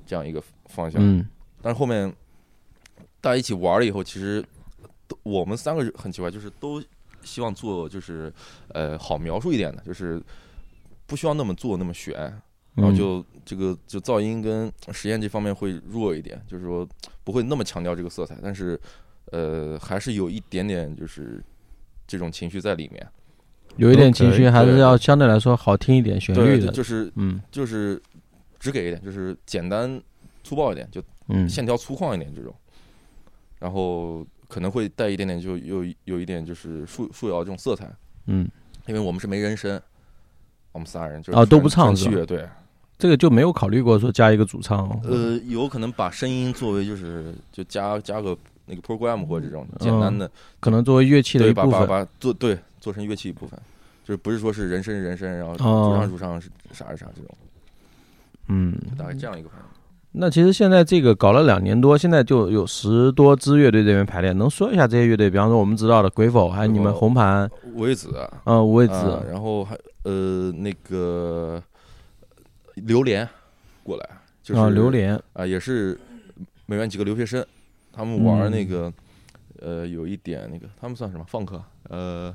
这样一个方向。嗯但是后面大家一起玩了以后，其实都我们三个很奇怪，就是都希望做就是呃好描述一点的，就是不需要那么做那么悬，然后嗯就这个就噪音跟实验这方面会弱一点，就是说不会那么强调这个色彩，但是呃还是有一点点就是这种情绪在里面。有一点情 OK，绪，还是对要相对来说好听一点旋对，律就的，就是嗯就是只给一点，就是简单粗暴一点，就嗯，线条粗犷一点这种，然后可能会带一点点就有有一点就是树树摇这种色彩，嗯，因为我们是没人声，我们仨人就是哦都纯不唱纯是吧器乐对，这个就没有考虑过说加一个主唱，呃，有可能把声音作为就是就加加个那个 program 或者这种嗯简单的，可能作为乐器的对，一把部把分，把做对做成乐器一部分，就是不是说是人声是人声，然后哦主唱主唱是啥是啥这种，嗯，就大概这样一个方向。那其实现在这个搞了两年多，现在就有十多支乐队这边排练，能说一下这些乐队？比方说我们知道的鬼否，还有你们红盘，五味子，呃，五味子，啊然后还呃那个榴莲过来，就是啊，榴莲，啊，也是美院几个留学生，他们玩嗯那个呃有一点那个他们算什么放克呃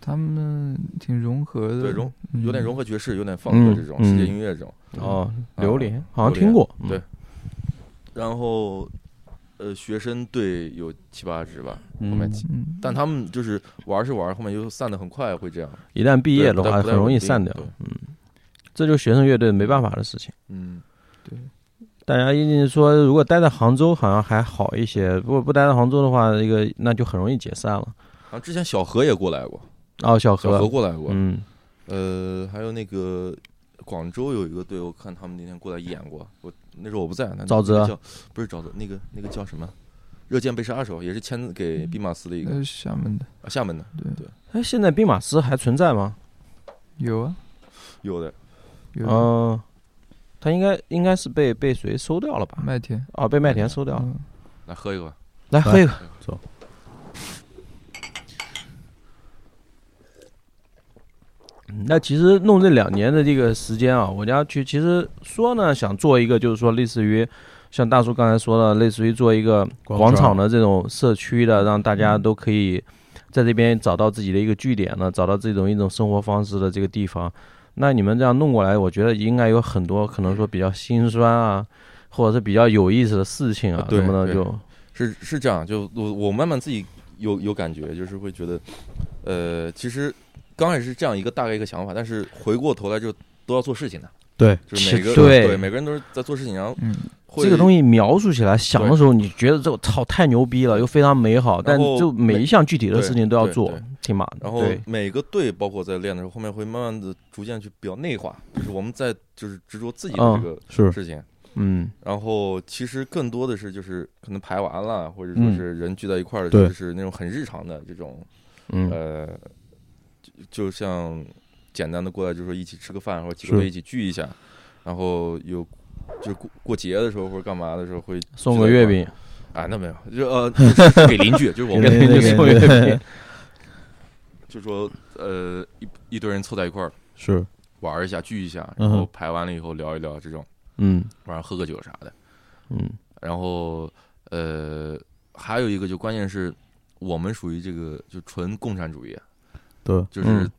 他们挺融合的，嗯对融有点融合。合爵士，有点放嗯克这种世界嗯音乐这种。哦，啊榴莲好像听过，榴莲对，然后呃，学生队有七八支吧，嗯后面嗯几嗯，但他们就是玩是玩，后面又散的很快，会这样。一旦毕业的对不话，太很容易不太散稳掉定，嗯，这就是学生乐队没办法的事情。嗯，对，大家一定说，如果待在杭州好像还好一些，如果不待在杭州的话，这个那就很容易解散了。然后之前小何也过来过，哦，小小何何，过来过，嗯，呃，还有那个广州有一个队，我看他们那天过来演过，我那时候我不在，那沼泽那个叫不是沼泽，那个那个叫什么？热剑被杀手也是签给毕马斯的一那嗯个是厦门的，啊厦门的对，哎，现在兵马司还存在吗？有啊，有的，有啊嗯，他应该应该是被被谁收掉了吧？麦田，哦，被麦田收掉了。嗯来喝一个吧。来喝一个，走。嗯那其实弄这两年的这个时间啊，我家去其实说呢，想做一个就是说类似于像大叔刚才说的，类似于做一个广广场场的这种社区的，让大嗯家都可以在这边找到自己的一个据点呢，找到这种一种生活方式的这个地方。那你们这样弄过来，我觉得应该有很多可能说比较心酸啊，或者是比较有意思的事情啊，对什么的对就是是这样，就我我慢慢自己有有感觉，就是会觉得，呃，其实刚开始是这样一个大概一个想法，但是回过头来就都要做事情的，对，就是每个是对对每个人都是在做事情，然后嗯，会这个东西描述起来，想的时候你觉得这个操太牛逼了，又非常美好，但然后就每一项具体的事情都要对做对对，挺麻的。然后对每个队，包括在练的时候，后面会慢慢的逐渐去比较内化，就是我们在就是执着自己的嗯这个是事情。嗯，然后其实更多的是就是可能排完了，或者说嗯是人聚在一块儿的时对候，就是那种很日常的这种嗯呃，就就像简单的过来，就说一起吃个饭，或者几是个队一起聚一下，然后有就是过过节的时候或者干嘛的时候会送个月饼。饼，啊，那没有，就呃，就是给邻居，就是我给们 邻就居送月饼。就说呃一一堆人凑在一块儿是玩儿一下，聚一下，嗯然哼后排完了以后聊一聊这种，嗯晚上喝个酒啥的。嗯然后呃，还有一个就关键是我们属于这个就纯共产主义，对，就是嗯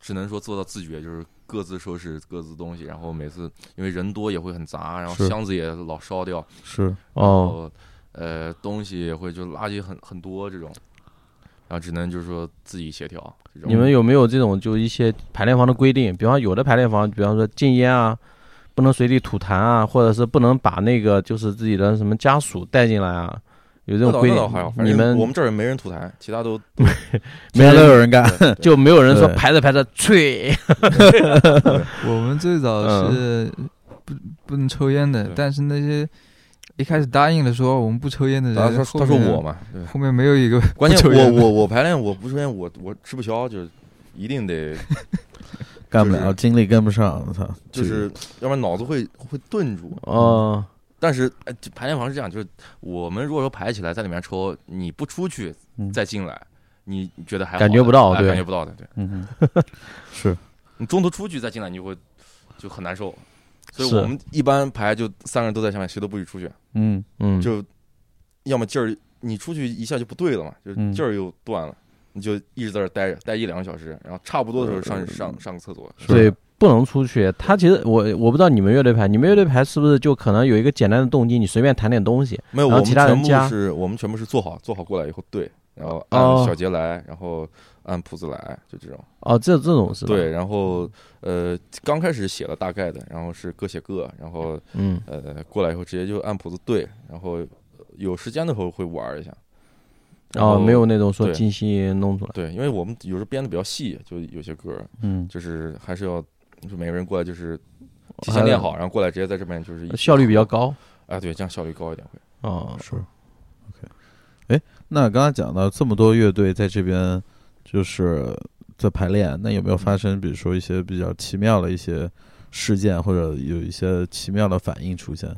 只能说做到自觉，就是各自收拾各自东西，然后每次因为人多也会很杂，然后是箱子也老烧掉，是哦，，呃，东西也会就垃圾很很多这种，然后只能就是说自己协调这种。你们有没有这种就一些排练房的规定？比方有的排练房，比方说禁烟啊，不能随地吐痰啊，或者是不能把那个就是自己的什么家属带进来啊，有这种那倒规那定倒还好，。反你正们我们这儿也没人吐痰，其他都没人都有人 干，对就没有人说对排着排着脆，我们最早是不不能抽烟的嗯对，但是那些一开始答应了说我们不抽烟的对他人，说后他说面我嘛， 对，后面没有一个关不键抽我烟的我我排练我不抽烟，我我吃不消，就一定得干不了，就是精力跟不上，我操，就是，要不然脑子会会顿住。哦，但是哎这排练房是这样，就是我们如果说排起来在里面抽，你不出去嗯再进来，你觉得还好感觉不到哎对感觉不到的，对嗯，是你中途出去再进来，你就会就很难受。所以是我们一般排就三个人都在下面，谁都不许出去，嗯嗯，就要么劲儿你出去一下就不对了嘛，就嗯劲儿又断了，你就一直在这儿待着，待一两个小时，然后差不多的时候呃上去上上个厕所。对，不能出去。他其实我我不知道你们乐队排，你们乐队排是不是就可能有一个简单的动机，你随便弹点东西，没有，然我后们其他人全加部是我们全部是做好做好过来以后对，然后按哦小节来，然后按谱子来，就这种。哦，这这种是吧？对，，然后呃，刚开始写了大概的，然后是各写各，然后嗯，呃过来以后直接就按谱子对，然后有时间的时候会玩一下。然哦，后没有那种说对精心弄出来。对，因为我们有时候编的比较细，就有些歌嗯，就是还是要就每个人过来就是提前练好，然后过来直接在这边就是一起效率比较高啊，对，这样效率高一点会。哦，是，OK，哎，那刚才讲到这么多乐队在这边就是在排练，那有没有发生比如说一些比较奇妙的一些事件，或者有一些奇妙的反应出现？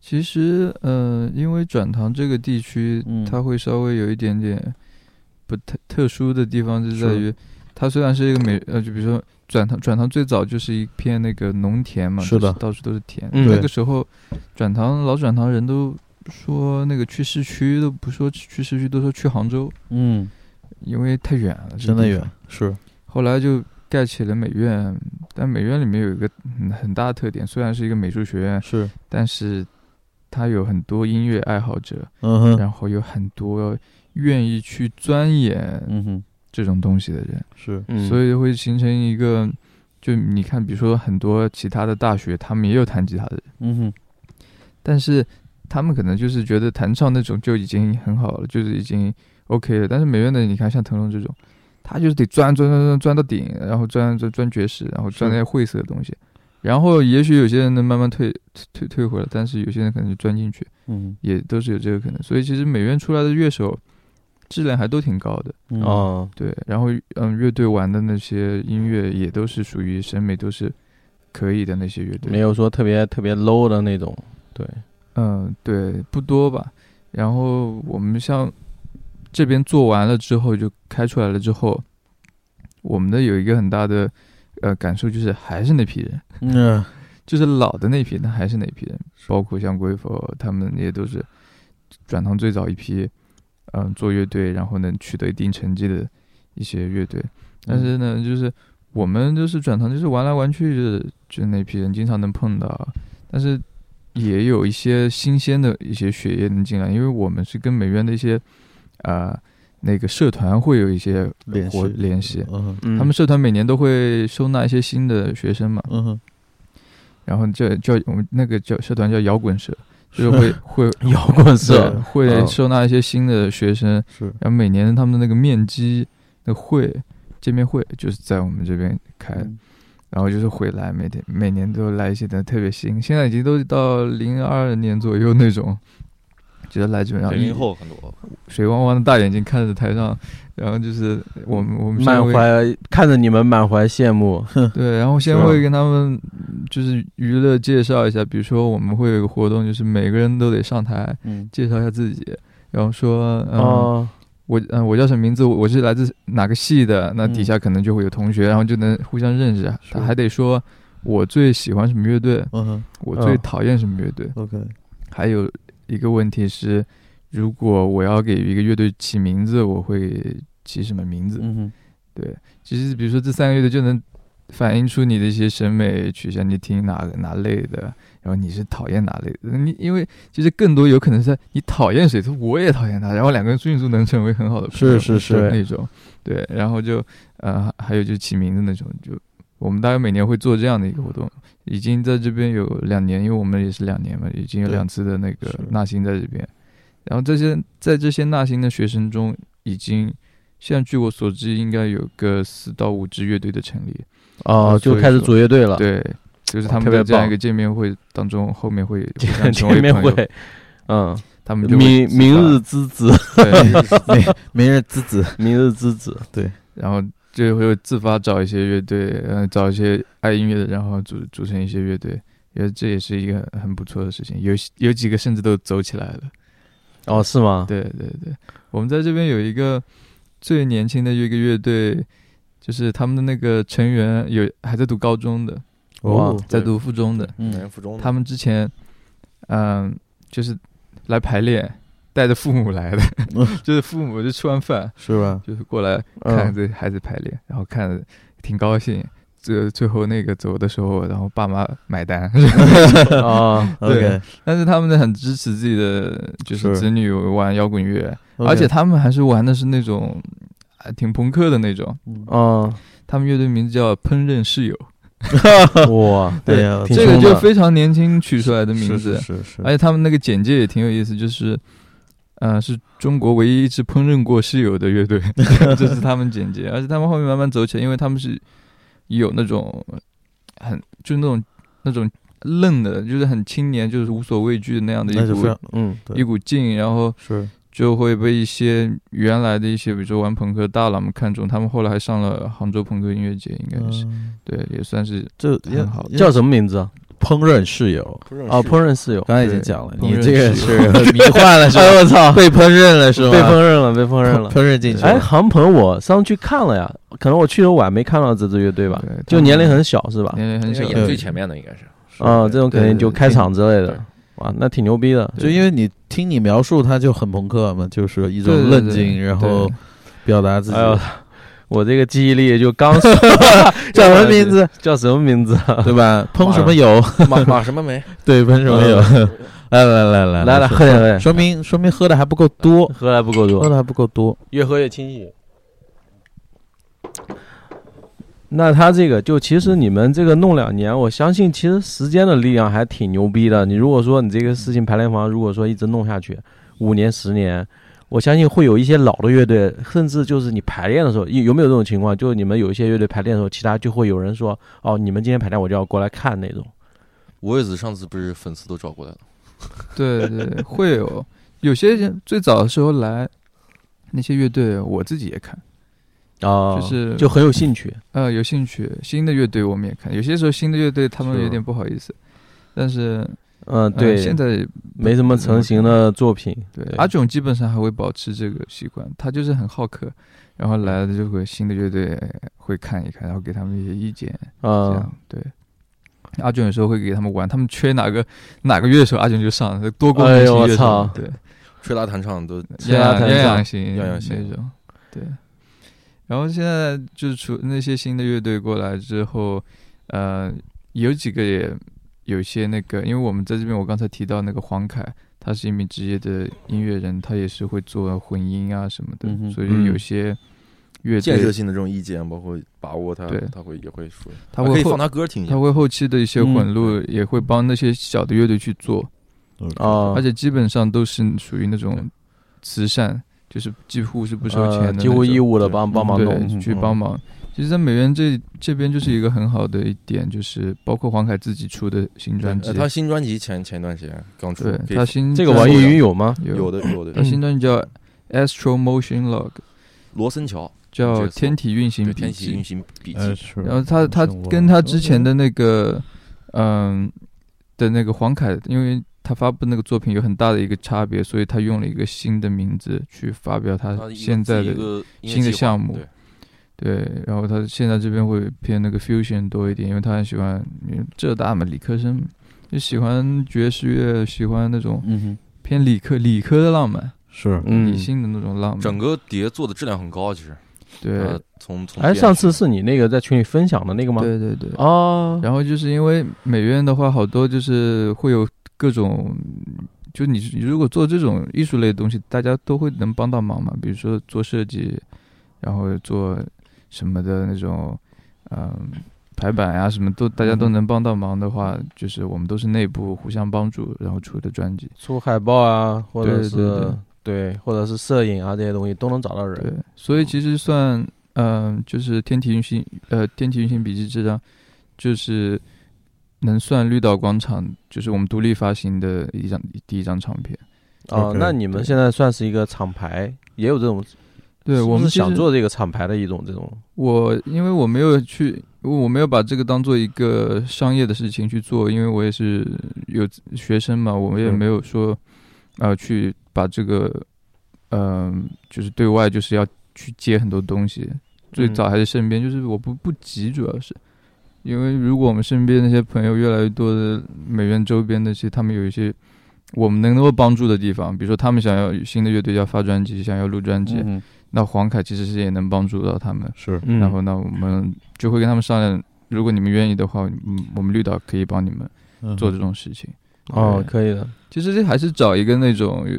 其实，呃，因为转塘这个地区，嗯它会稍微有一点点不特特殊的地方，就是在于它虽然是一个美，呃，就比如说转塘，转塘最早就是一片那个农田嘛，是的就到处都是田。嗯那个时候，转塘老转塘人都说那个去市区都不说去市区，都说去杭州，嗯，因为太远了，这真的地方远，是后来就盖起了美院，但美院里面有一个很很大的特点，虽然是一个美术学院，是，但是它有很多音乐爱好者。嗯哼，然后有很多愿意去钻研嗯哼，这种东西的人，是，嗯，所以以会形成一个，就你看，比如说很多其他的大学，他们也有弹吉他的人，嗯哼，但是他们可能就是觉得弹唱那种就已经很好了，就是已经 OK 了。但是美院的，你看像腾龙这种，他就是得钻钻钻钻钻到顶，然后钻钻钻爵士，然后钻那些晦涩的东西。然后也许有些人能慢慢退退退回来，但是有些人可能就钻进去。嗯也都是有这个可能。所以其实美院出来的乐手质量还都挺高的，哼，哦，哦，对。然后嗯，乐队玩的那些音乐也都是属于审美都是可以的那些乐队，没有说特别特别 low 的那种，对，嗯，对，不多吧。然后我们像这边做完了之后，就开出来了之后，我们的有一个很大的呃感受就是还是那批人，嗯，就是老的那批人，但还是那批人，包括像鬼否他们也都是转行最早一批，嗯，做乐队然后能取得一定成绩的一些乐队。但是呢，就是我们就是转行，就是玩来玩去就是就那批人经常能碰到，但是也有一些新鲜的一些血液能进来，因为我们是跟美院的一些啊、呃那个社团会有一些联系活联系，嗯嗯他们社团每年都会收纳一些新的学生嘛，嗯哼，然后叫叫我们那个叫社团叫 摇滚社，就是会会摇滚社啊对，嗯会收纳一些新的学生，是然后每年他们的那个面基的会见面会就是在我们这边开，嗯然后就是回来每天每年都来一些的特别新，现在已经都到零二年左右那种，觉得来这边然后零一零后很多，嗯水汪汪的大眼睛看着台上，然后就是我们我们现在 满会怀看着你们满怀羡慕，对，然后先是吧会跟他们嗯就是娱乐介绍一下，比如说我们会有个活动，就是每个人都得上台嗯介绍一下自己，然后说嗯。哦，我嗯、我叫什么名字？我我是来自哪个系的？那嗯底下可能就会有同学，然后就能互相认识啊。是他还得说我最喜欢什么乐队，嗯哼我最嗯讨厌什么乐队。 ，OK，还有一个问题是，如果我要给一个乐队起名字，我会起什么名字？嗯哼，对，其实比如说这三个乐队就能反映出你的一些审美取向，你听哪个哪类的，然后你是讨厌哪类的。你因为其实更多有可能是你讨厌谁，他说我也讨厌他，然后两个人迅速能成为很好的朋友是是是那种，对，然后就呃还有就起名字那种，就我们大概每年会做这样的一个活动，已经在这边有两年，因为我们也是两年嘛，已经有对两次的那个是纳新在这边，然后这些在这些纳新的学生中，已经现在据我所知应该有个四到五支乐队的成立，哦，就所以开始说组乐队 了，对，就是哇他哦特们别在这样棒一个见面会当中，后 面会互相成为见面朋友，会，嗯，他们就会明自明发日之子，对， 没人滋滋，明日之子，然后就会自发找一些乐队，呃，找一些爱音乐的，然后组组成一些乐队，因为这也是一个很很不错的事情。有有几个甚至都走起来了。哦，是吗？对对对，我们在这边有一个最年轻的一个乐队，就是他们的那个成员有还在读高中的，哦在对读附中的，嗯南附中的他们之前，嗯、就是来排练，带着父母来的，就是父母就吃完饭是吧？就是过来看嗯，着孩子排练，然后看着挺高兴。最最后那个走的时候，然后爸妈买单， 啊，对但是他们很支持自己的就是是子女玩摇滚乐， OK，而且他们还是玩的是那种还挺朋克的那种。嗯哦，他们乐队名字叫“烹饪室友哇，哎呀，挺”，这凶个就的非常年轻取出来的名字是，是是，而且他们那个简介也挺有意思，就是。呃，是中国唯一一支烹饪过室友的乐队， 这是他们简 介。而且他们后面慢慢走起来，因为他们是有那种很就那种那种愣的，就是很青年，就是无所畏惧的那样的那一就非股常嗯，对一股劲，然后是就会被一些原来的一些，比如说玩朋克大佬们看中，他们后来还上了杭州朋克音乐节，应该是、嗯对，也算是这也很好的叫什么名字啊？烹饪室友，啊，烹饪 室友。刚才已经讲了，对你烹饪这个室是友 迷幻了是哎吧？我操，被烹饪了 是吧？被烹饪了，被烹饪 了。烹饪进去哎，了，航鹏，我上次去看了呀，可能我去的晚，没看到这支乐队吧对他？们就年龄很小是吧？年龄很小应该对演最前面的应该是，啊，这种肯定对就对开场之类对的，哇，那挺牛逼的。就因为你听你描述，他就很朋克嘛，就是一一种愣劲，然后表达自己哎。呦， 我这个记忆力就刚说叫什么名字？叫什么名字啊？对 吧？烹什么油？马马什么梅，对，烹什么油？来来来嗯来来来，喝点，喝点，说明说明喝的还不够 多，喝的不够喝多，的还不够多。 越喝越清醒。那他这个就其实你们这个弄两年，我相信其实时间的力量还挺牛逼的。你如果说你这个事情排练房，如果说一直弄下去，五年十年，我相信会有一些老的乐队，甚至就是你排练的时候，有有没有这种情况？就是你们有一些乐队排练的时候，其他就会有人说：“哦，你们今天排练，我就要过来看那种。五月子上次不是粉丝都找过来了， 对对，会有有些人最早的时候来那些乐队，我自己也看，”哦，就是就很有兴趣。呃有兴趣新的乐队我们也看，有些时候新的乐队他们是有点不好意思，但是、嗯，呃对，现在嗯没什么成型的作品。对对阿炯基本上还会保持这个习惯，他就是很好客，然后来了就会新的乐队会看一看，然后给他们一些意见，这啊样、对。阿炯有时候会给他们玩，他们缺哪个哪个乐手，阿炯就上，多功能哎呦型我乐手操，对，吹拉弹唱都其鸳他鸯弹鸳唱鸯型鸳鸯型那种，对。然后现在就是除那些新的乐队过来之后，呃，有几个也有一些那个，因为我们在这边，我刚才提到那个黄凯，他是一名职业的音乐人，他也是会做混音啊什么的，嗯哼所嗯以有些乐建设队性的这种意见，包括把握他对，他会也会说，他啊可会以放后他歌听一下他。会后期的一些混录，也会帮那些小的乐队去做，哦，而且基本上都是属于那种慈善，就是几乎是不收钱的呃那种，几乎义务的对帮帮忙对，弄，去嗯帮忙。其实，在美元这这边就是一个很好的一点，就是包括黄凯自己出的新专辑呃，他新专辑前前一段时间刚出，可对以他新这个专网易辑云有吗？有的嗯有他的，新专辑叫《Astro Motion Log》，罗森桥叫这《个天体运行对笔天气记运》。行笔呃，记，是然后他他跟他之前的那个，嗯的那个黄凯，因为他发布那个作品有很大的一个差别，所以他用了一个新的名字去发表他他一个呃现在自己的一个音乐新的计划项目对对，然后他现在这边会偏那个 fusion 多一点，因为他很喜欢因为浙大嘛，理科生就喜欢爵士乐，喜欢那种嗯哼偏理科理科的浪漫，是嗯理，性的那种浪嗯漫。整个碟做的质量很高，其实对呃从从哎，编上次曲是你那个在群里分享的那个吗？对对对。哦，然后就是因为美院的话，好多就是会有各种，就你你如果做这种艺术类的东西，大家都会能帮到忙嘛。比如说做设计，然后做什么的那种，嗯、排版呀、什么都大家都能帮到忙的话，就是我们都是内部互相帮助，然后出的专辑。出海报啊，或者对对对是对，或者是摄影啊这些东西都能找到人。对，所以其实算，嗯、就是《天体运行》呃，《天体运行笔记》这张，就是能算绿岛广场，就是我们独立发行的一张第一张唱片。啊， OK，那你们对现在算是一个厂牌，也有这种，对是不我们是想其实，做这个厂牌的一种这种，我因为我没有去，我没有把这个当做一个商业的事情去做，因为我也是有学生嘛，我们也嗯没有说，呃，去把这个，嗯、就是对外就是要去接很多东西，最嗯早还是身边，就是我不不急，主要是因为如果我们身边那些朋友越来越多的美院周边那些，他们有一些我们能够帮助的地方，比如说他们想要新的乐队要发专辑，想要录专辑，嗯那黄凯其实是也能帮助到他们。是嗯然后呢，我们就会跟他们商量，如果你们愿意的话，嗯，我们绿岛可以帮你们做这种事情。哦，对可以的，其实这还是找一个那种有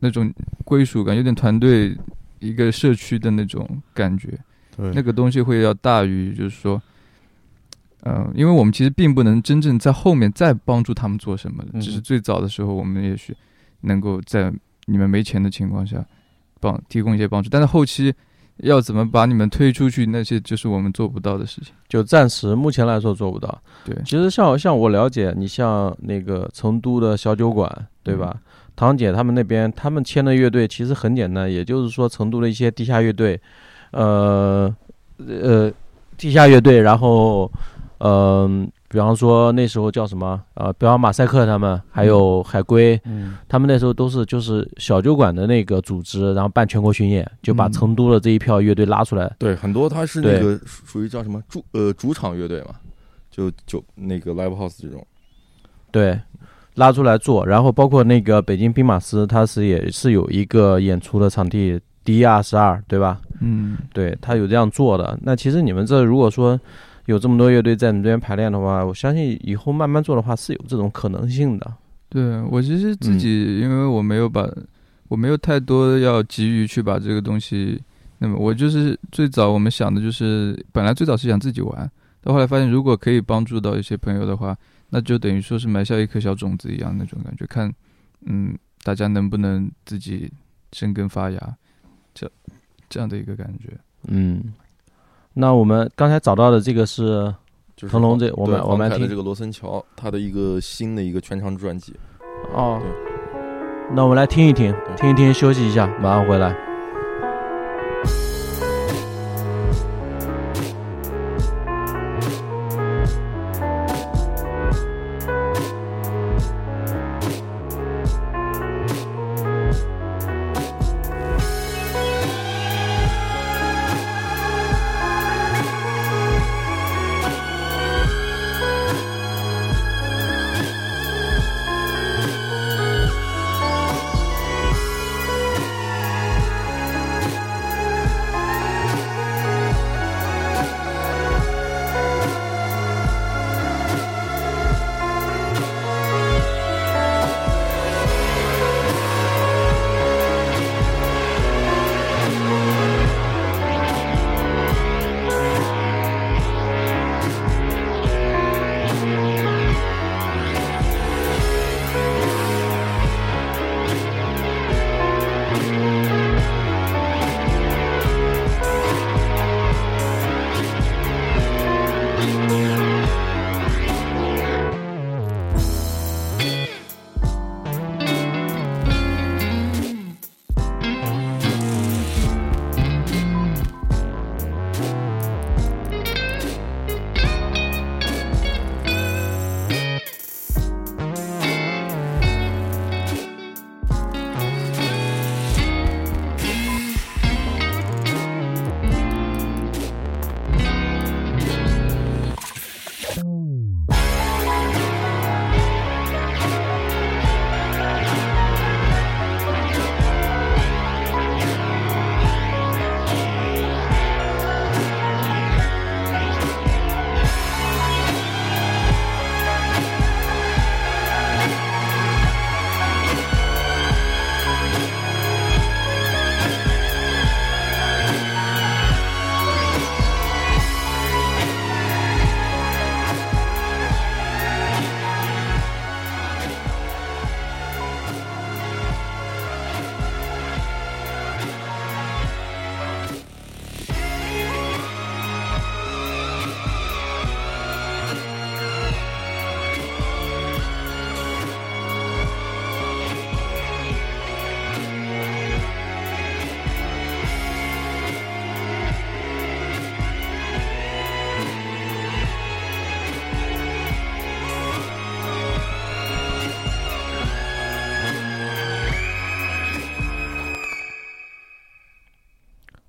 那种归属感，有点团队一个社区的那种感觉。嗯对那个东西会要大于，就是说，嗯、因为我们其实并不能真正在后面再帮助他们做什么的，嗯只是最早的时候，我们也许能够在你们没钱的情况下帮提供一些帮助，但是后期要怎么把你们推出去，那些就是我们做不到的事情。就暂时目前来说做不到。对其实像像我了解，你像那个成都的小酒馆，对吧？嗯堂姐他们那边，他们签的乐队其实很简单，也就是说成都的一些地下乐队，呃呃，地下乐队，然后嗯、比方说那时候叫什么呃，比方马赛克他们，嗯还有海龟，嗯他们那时候都是就是小酒馆的那个组织，然后办全国巡演，就把嗯成都的这一票乐队拉出来，对很多他是对那个属属于叫什么主呃主场乐队嘛，就就那个 live house 这种，对，拉出来做，然后包括那个北京兵马司，它是也是有一个演出的场地 D 二十二，对吧？嗯，对，它有这样做的。那其实你们这如果说有这么多乐队在你们这边排练的话，我相信以后慢慢做的话是有这种可能性的。对我其实自己，因为我没有把，我没有太多要急于去把这个东西。那么我就是最早我们想的就是，本来最早是想自己玩，到后来发现如果可以帮助到一些朋友的话，那就等于说是埋下一颗小种子一样那种感觉。看，嗯，大家能不能自己生根发芽，这这样的一个感觉。嗯，那我们刚才找到的这个是就是腾龙黄这我们对我们黄来凯的听这个罗森桥，他的一个新的一个全长专辑，哦，那我们来听一听，听一听，休息一下，马上回来。啊。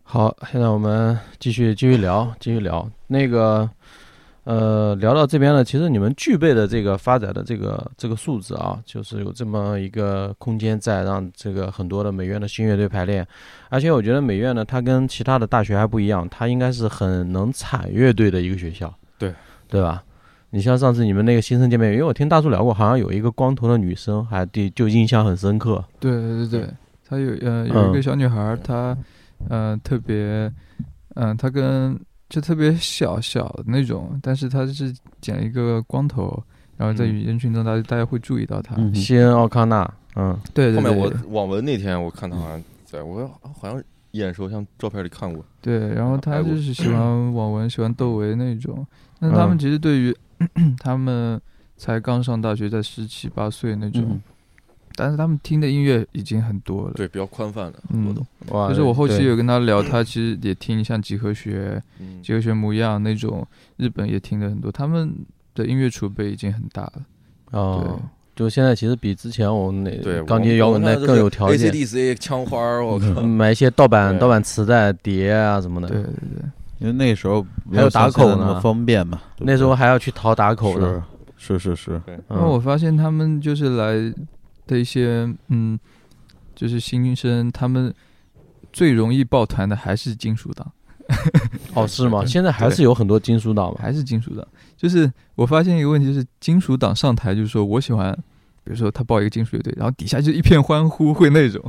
好，现在我们继续继续 聊，继续聊那个，呃，聊到这边呢，其实你们具备的这个发展的这个这个素质啊，就是有这么一个空间在，让这个很多的美院的新乐队排练，而且我觉得美院呢，它跟其他的大学还不一样，它应该是很能产乐队的一个学校，对对吧？你像上次你们那个新生见面，因为我听大叔聊过，好像有一个光头的女生，还对就印象很深刻，对对对，她有呃有一嗯个小女孩儿，她呃特别，嗯、她跟就特别小小的那种，但是她是剪了一个光头，然后在嗯人群中大家大家会注意到她。嗯西恩奥康纳，嗯，对对后对，面我网文那天我看他好像在，我说啊好像眼熟，像照片里看过。对，然后白他骨就是喜欢网文，喜欢窦唯那种。那他嗯们其实对于、 他们才刚上大学，在十七八岁那种，嗯但是他们听的音乐已经很多了。对，比较宽泛的嗯活动。哇，就是我后期对有跟他聊，他其实也听像几何学、嗯，几何学模样那种，日本也听了很多，他们的音乐储备已经很大了。对，哦，就现在其实比之前我们那对，钢琴摇滚带更有条 A C 件，嗯 D C 枪花儿，我靠，买一些盗版对盗版磁带、碟啊什么对对的。对，因为那时候没还有像打口现在那呢么方便嘛，对不那时候对还要去淘打口呢。是是是是，那我嗯，发现他们就是来的一些，嗯，就是新生，他们最容易抱团的还是金属党。哦是吗？现在还是有很多金属党嘛。还是金属党。就是我发现一个问题，就是金属党上台就是说我喜欢，比如说他报一个金属乐队，然后底下就一片欢呼，会那种。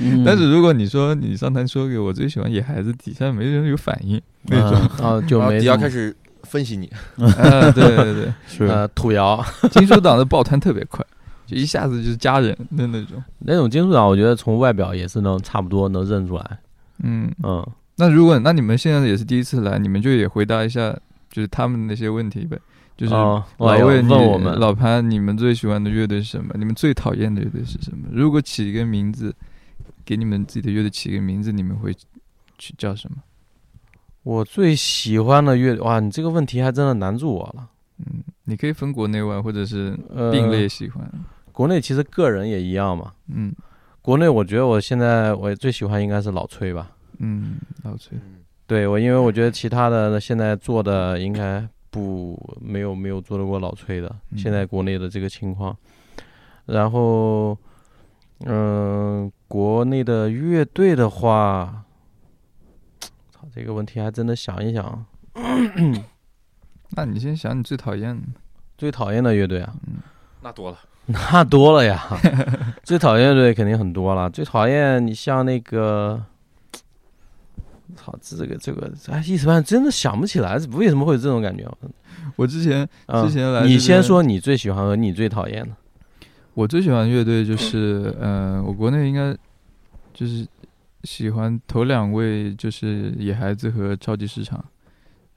嗯但是如果你说你上台说给我最喜欢野孩子，底下没人有反 应那种。嗯啊， 就然后没底什下么开始分析你，啊，对对对，是呃土窑 金属党的抱团特别 快，就一下子就是家人的那种。那种金属党，我觉得从外表也是能差不多能认出来。嗯，嗯，那如果那你们现在也是第一次来，你们就也回答一下，就是他们那些问题呗。就是哦老哎呦魏，问你我们老潘，你们最喜欢的乐队是什么？你们最讨厌的乐队是什么？如果起一个名字，给你们自己的乐队起一个名字，你们会去叫什么？我最喜欢的乐哇，你这个问题还真的难住我了。嗯，你可以分国内外，或者是呃，并列喜欢。国内其实个人也一样嘛。嗯国内我觉得我现在我最喜欢应该是老崔吧。嗯，老崔，对我，因为我觉得其他的现在做的应该不没有没有做得过老崔的，嗯现在国内的这个情况。然后，嗯、国内的乐队的话，操，这个问题还真的想一想，那你先想你最讨厌的。最讨厌的乐队啊，那多了， 那多了呀，最讨厌的乐队肯定很多了，最讨厌你像那个。操，这个这个，哎，一时半会儿真的想不起来，为什么会有这种感觉？啊我之前嗯之前来你这先边说你最喜欢和你最讨厌的。我最喜欢的乐队就是，呃，我国内应该就是喜欢头两位就是野孩子和超级市场，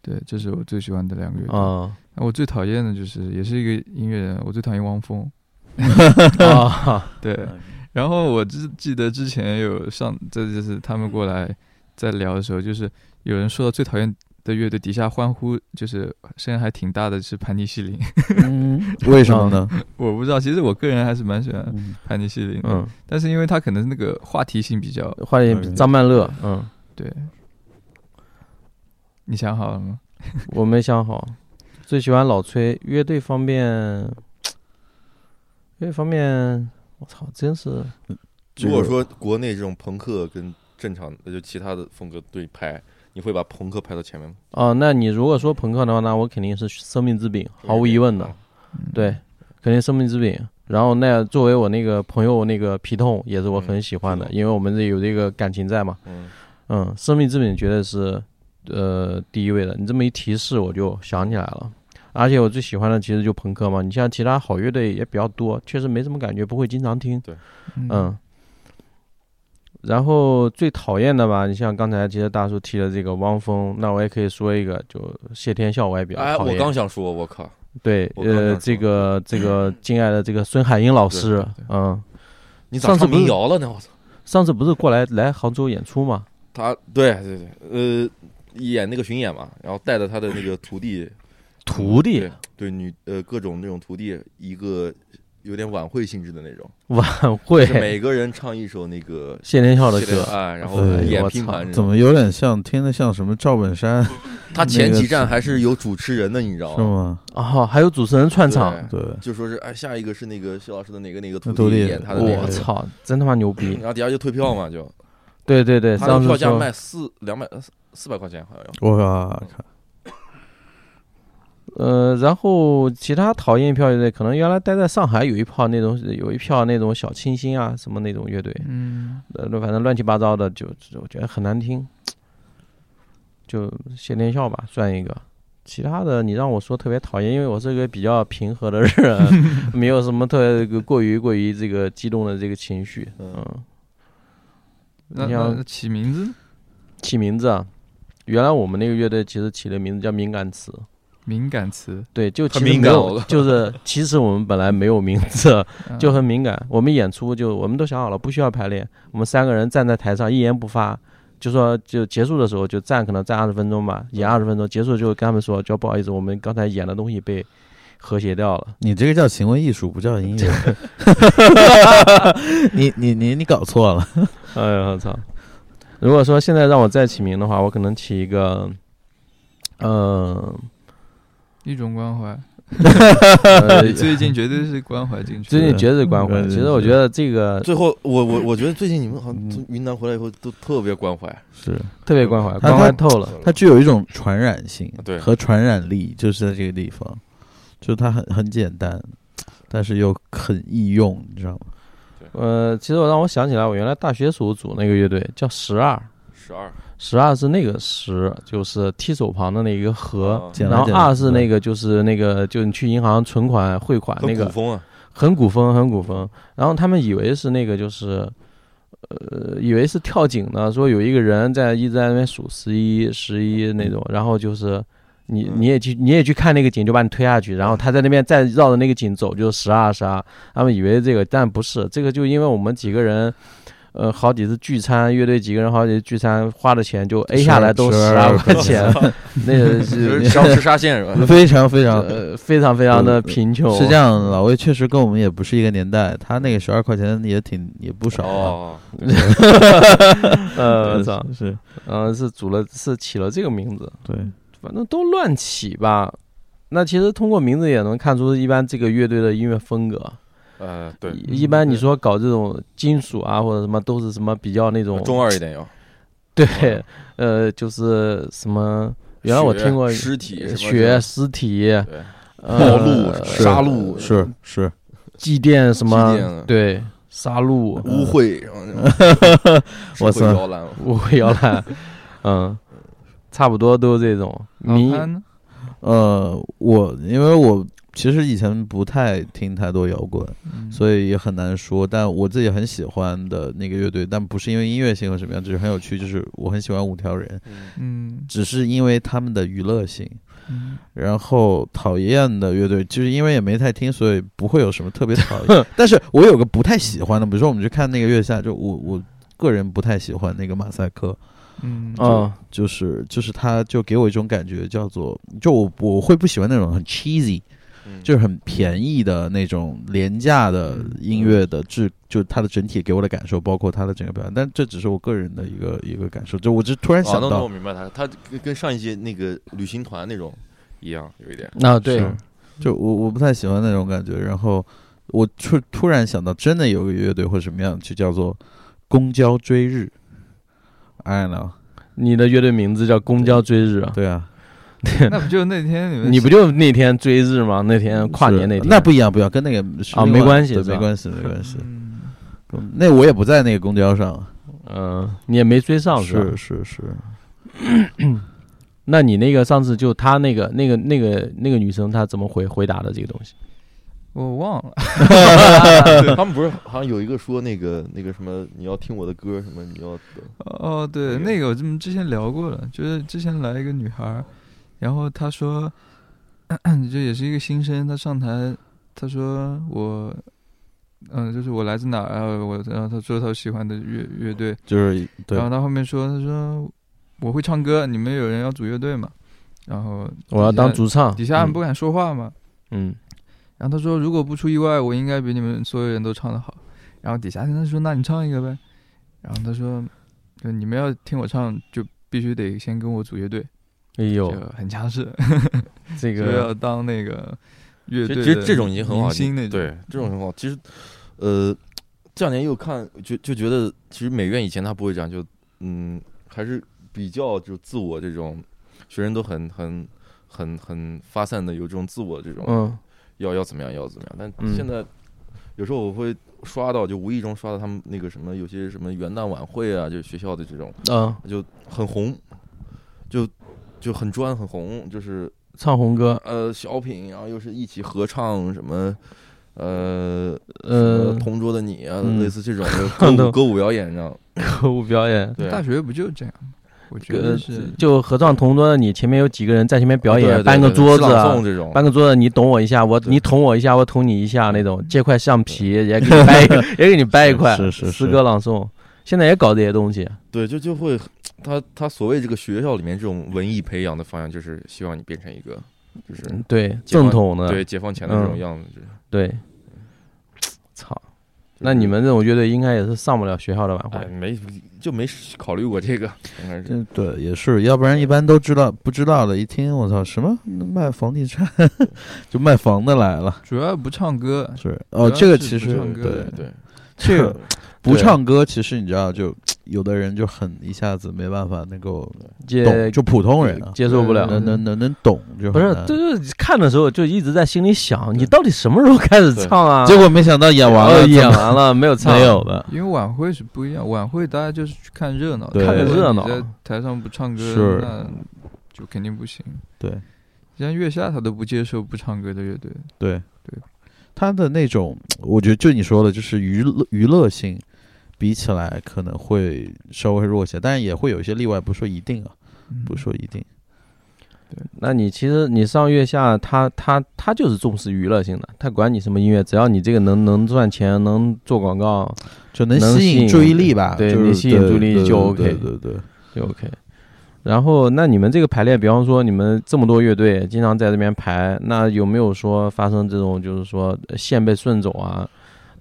对，这是我最喜欢的两个乐队。嗯，那我最讨厌的就是，也是一个音乐人，我最讨厌汪峰。 啊，对， 然后我只记得之前有上，这就是他们过来在聊的时候，就是有人说到最讨厌的乐队，底下欢呼就是声音还挺大的，是盘尼西林。 嗯， 为什么呢？我不知道，其实我个人还是蛮喜欢嗯盘尼西林的，嗯，但是因为他可能那个话题性比较话题嗯张曼乐，嗯，对，你想好了吗？我没想好，最喜欢老崔。乐队方面，乐队方面，我操，真是这如果个说国内这种朋克跟正常的就其他的风格对拍，你会把朋克排到前面吗？哦。那你如果说朋克的话，那我肯定是生命之饼，毫无疑问的，嗯，对，肯定生命之饼。然后那作为我那个朋友那个皮痛也是我嗯很喜欢的，皮痛因为我们这有这个感情在嘛。嗯，嗯，生命之本绝对是呃第一位的。你这么一提示，我就想起来了。而且我最喜欢的其实就朋克嘛，你像其他好乐队也比较多，确实没什么感觉，不会经常听。嗯嗯。然后最讨厌的吧，你像刚才其实大叔提的这个汪峰，那我也可以说一个，就谢天啊笑我也比较哎，讨我厌。刚想说，我靠，对，我刚想呃，说这个这个敬爱的这个孙海英老师，嗯，你咋上次唱不是民谣了呢？我操，上次不是过来来杭州演出嘛？他对对对，呃，演那个巡演嘛，然后带着他的那个徒弟，徒弟对对女呃各种那种徒弟，一个有点晚会性质的那种，晚就是会，每个人唱一首那个谢天笑的系列歌，哎，然后对演我拼操盘 这怎种。么有点像听得像什么赵本 山是他前那个几站是还是有主持人的，你知道吗？吗？哦，还有主持人串场，对对，就说是哎，下一个是那个谢老师的哪个哪个徒徒弟演他的那我个，操，真他妈牛逼！然后底下就退票嘛，就对对对，他的哎上票次价说卖四两百四百块钱好像要。我靠，呃，然后其他讨厌票乐队，可能原来待在上海有一票那种，有一票那种小清新啊什么那种乐队，嗯，呃，反正乱七八糟的，就就我觉得很难听，就谢天笑吧，算一个。其他的你让我说特别讨厌，因为我是个比较平和的 人，没有什么特过于过于这个激动的这个情绪。嗯，那你要那起名字呢起名字啊，原来我们那个乐队其实起的名字叫敏感词，敏感词，对，就其很实敏没感有我嗯就是其实我们本来没有名 字，啊就很敏感。我们演出就我们都想好了，不需要排练，我们三个人站在台上一言不发，就说就结束的时候就站，可能站二十分钟吧，演二十分钟，结束就跟他们说，就不好意思，我们刚才演的东西被和谐掉了。你这个叫行为艺术，不叫音乐。 你你你你搞错了，哎呀，我操！如果说现在让我再起名的话，我可能起一个， 呃，一种关怀。 呃你最近绝对是关怀进去最了，近绝对关怀。嗯其实我觉得这个最后，我我我觉得最近你们好像嗯从云南回来以后都特别关怀，是特别关怀，他关怀透了。它具有一种传染性对和传染力，就是在这个地方，就它很很简单，但是又很易用，你知道吗？呃，其实我让我想起来，我原来大学时候组那个乐队叫十二，十二十二是那个十，就是提手旁的那一个哦啊和，简单然后简单二是那个就是那个就你去银行存款汇款那很古个，风啊，很古风，很古风。然后他们以为是那个就是。呃，以为是跳井呢，说有一个人在一直在那边数十一、十一那种，然后就是你嗯你也去你也去看那个井，就把你推下去，然后他在那边再绕着那个井走，就是十二十二，他们以为这个，但不是这个，就因为我们几个人，呃，好几次聚餐，乐队几个人好几次聚餐，花的钱就 A 下来都十12二块钱， 那个就是 是只要吃沙县是吧？ 非常非常。呃非常非常的贫穷，是这样，老魏确实跟我们也不是一个年代，他那个十二块钱也挺也不少啊。哦， 呃，我操，是是，嗯、是组了是起了这个名字，对，反正都乱起吧。那其实通过名字也能看出一般这个乐队的音乐风格。呃，对，一一般你说搞这种金属啊或者什么，都是什么比较那种 中二一点要。对，呃，就是什么。原来我血听过尸体什么血、尸体、对呃暴露是杀戮是是，祭奠什祭奠么的？对，杀戮、呃污秽什么的，嗯 我社操会摇篮，误会摇 篮，嗯，差不多都是这种。老你潘呢？呃，我因为我其实以前不太听太多摇滚，嗯所以也很难说。但我自己很喜欢的那个乐队，但不是因为音乐性和什么样，只是很有趣。就是我很喜欢五条人，嗯只是因为他们的娱乐性。嗯然后讨厌的乐队，就是因为也没太听，所以不会有什么特别讨厌。但是我有个不太喜欢的，比如说我们去看那个月下，就我我个人不太喜欢那个马赛克，嗯嗯，就是就是他就给我一种感觉叫做，就我我会不喜欢那种很 cheesy，嗯就是很便宜的那种廉价的音乐的质，就它的整体给我的感受，包括它的整个表演。但这只是我个人的一个一个感受，就我只是突然啊，想能能到我，明白他，他跟跟上一届那个旅行团那种一样，有一 点。那啊对是，就我我不太喜欢那种感觉。然后我突突然想到，真的有个乐队或者什么样，就叫做公交追日。哎呢，你的乐队名字叫《公交追日》啊，对啊，那不就那天你们你不就那天追日吗？那天嗯跨年那那天，那不一样，不一样，跟那个是啊另外没关系对是吧没关系，没关系。嗯那我也不在那个公交上，嗯，你也没追上是吧是？是是，那你那个上次就他那个那个那个那个女生她怎么回回答的这个东西？我忘了，他们不是好像有一个说那个那个什么，你要听我的歌什么，你要哦，对，那个我们之前聊过了，就是之前来一个女孩儿，然后她说， 这也是一个新生，她上台，她说我，嗯，就是我来自哪儿啊？我然后她说她喜欢的乐乐队，就是对然后她后面说，她说我会唱歌，你们有人要组乐队吗？然后我要底下当主唱，底下人嗯不敢说话嘛，嗯，然后他说如果不出意外，我应该比你们所有人都唱得好。然后底下跟他说那你唱一个呗。然后他说就你们要听我唱，就必须得先跟我组乐队，哎呦这，个很强势，这就个要当那个乐其队实的其实这种已经很好明，星那种。对，这种很好。其实，呃，这两年又看，就就觉得其实美院以前他不会这样，就嗯，还是比较就自我这种，学生都很很很很发散的，有这种自我这种，嗯要要怎么样要怎么样。但嗯现在有时候我会刷到，就无意中刷到他们那个什么有些什么元旦晚会啊，就是学校的这种嗯，就很红，就就很专很红，就是唱红歌，呃小品，然后又是一起合唱什么。呃呃什么，同桌的你啊，嗯类似 这种的歌都舞歌舞表演，你知道吗？歌舞表演， 对啊，大学不就这样吗？我觉呃得是，就合唱同桌的你，前面有几个人在前面表对演，对搬个对桌子朗啊诵，这哦种，搬个桌子，你懂我一下，我对你捅我一下，我捅你一嗯下那种，借块橡皮也给你掰一 个，也给你掰一块，是是是诗歌朗诵，现在也搞这些东西，啊对，就就会他他所谓这个学校里面这种文艺培养的方向，就是希望你变成一个，就是嗯对，解放正统的，对解放前的这种嗯样子。就是对，操，那你们这种乐队应该也是上不了学校的晚哎会，没就没考虑过这个，应该是嗯，对，也是，要不然一般都知道不知道的，一听我操什么卖房地产， 就卖房的来了。主要不唱歌，是主哦，要这个是其不实唱歌对嗯的 对，这个不对唱歌，其实你知道，就有的人就很一下子没办法能够接懂，就普通人啊，接受不了。能能能能懂就不很是，难就是看的时候就一直在心里想，你到底什么时候开始唱啊？结果没想到演完哦了，演怎么完了没有唱？没有的，因为晚会是不一样，晚会大家就是去看热闹，对看看热闹在台上不唱歌，是那就肯定不行。对像月下他都不接受不唱歌的乐队，对对，他的那种，我觉得就你说的，就是娱乐娱乐性比起来可能会稍微弱些，但是也会有一些例外，不说一定啊，嗯不说一定。那你其实你上月下，他他他就是重视娱乐性的，他管你什么音乐，只要你这个能能赚钱，能做广告就能能吸吸引引注意力吧，对就是能吸引注意力对就对 OK 对对对，就 OK。然后，那你们这个排练，比方说你们这么多乐队，经常在这边排，那有没有说发生这种就是说呃线被顺走啊？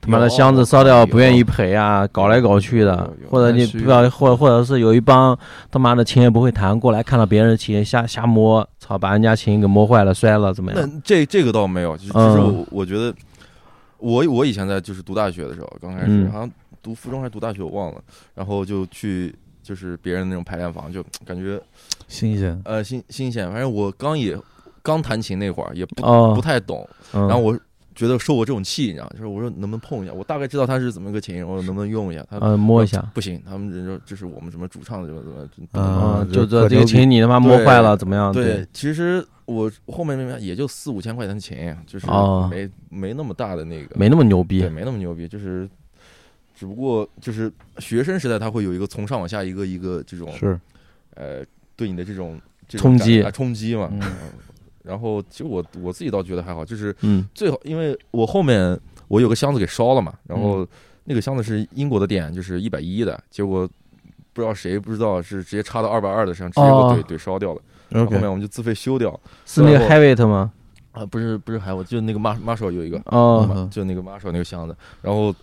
他妈的有箱子我烧掉靠不愿意赔啊，搞来搞去的有，有或者你那是不要，或或者是有一帮他妈的琴也不会弹，过来看到别人的琴瞎瞎摸，操，把人家琴给摸坏了摔了怎嗯么那样？这这个倒没有，就是就是我我觉得，我我以前在就是读大学的时候，刚开始嗯好像读附中还是读大学，我忘了，然后就去就是别人那种排练房，就感觉新鲜。呃新新鲜，反正我刚也刚弹琴那会儿也不不哦，太懂，然然后我觉得受过这种气，你知道，就是我说能不能碰一下，我大概知道它是怎么个琴，我说能不能用一下，他嗯摸一下，不行，他们人说这是我们什么主唱怎么怎么怎么啊啊，就就这可这个牛逼琴你他妈摸坏了怎么样？对，，其实我后面明白，也就四五千块钱的琴，就是哦没、没那么大的那个，没那么牛对，逼。没那么牛逼，就是只不过就是学生时代，他会有一个从上往下一个一个这种是，呃对你的这种这种冲击感啊冲击嘛。嗯然后其实我我自己倒觉得还好，就是嗯，最好，因为我后面我有个箱子给烧了嘛，然后那个箱子是英国的店，就是一百一的，结果不知道谁不知道是直接插到二百二的上，直接给哦我怼怼烧掉了。然后后 OK，面我们就自费修掉是那个然后 Heavy 吗？啊，不是不是还我就那个 Mar Marshall 有一个，哦，嗯就那个 Marshall 那个箱子，然后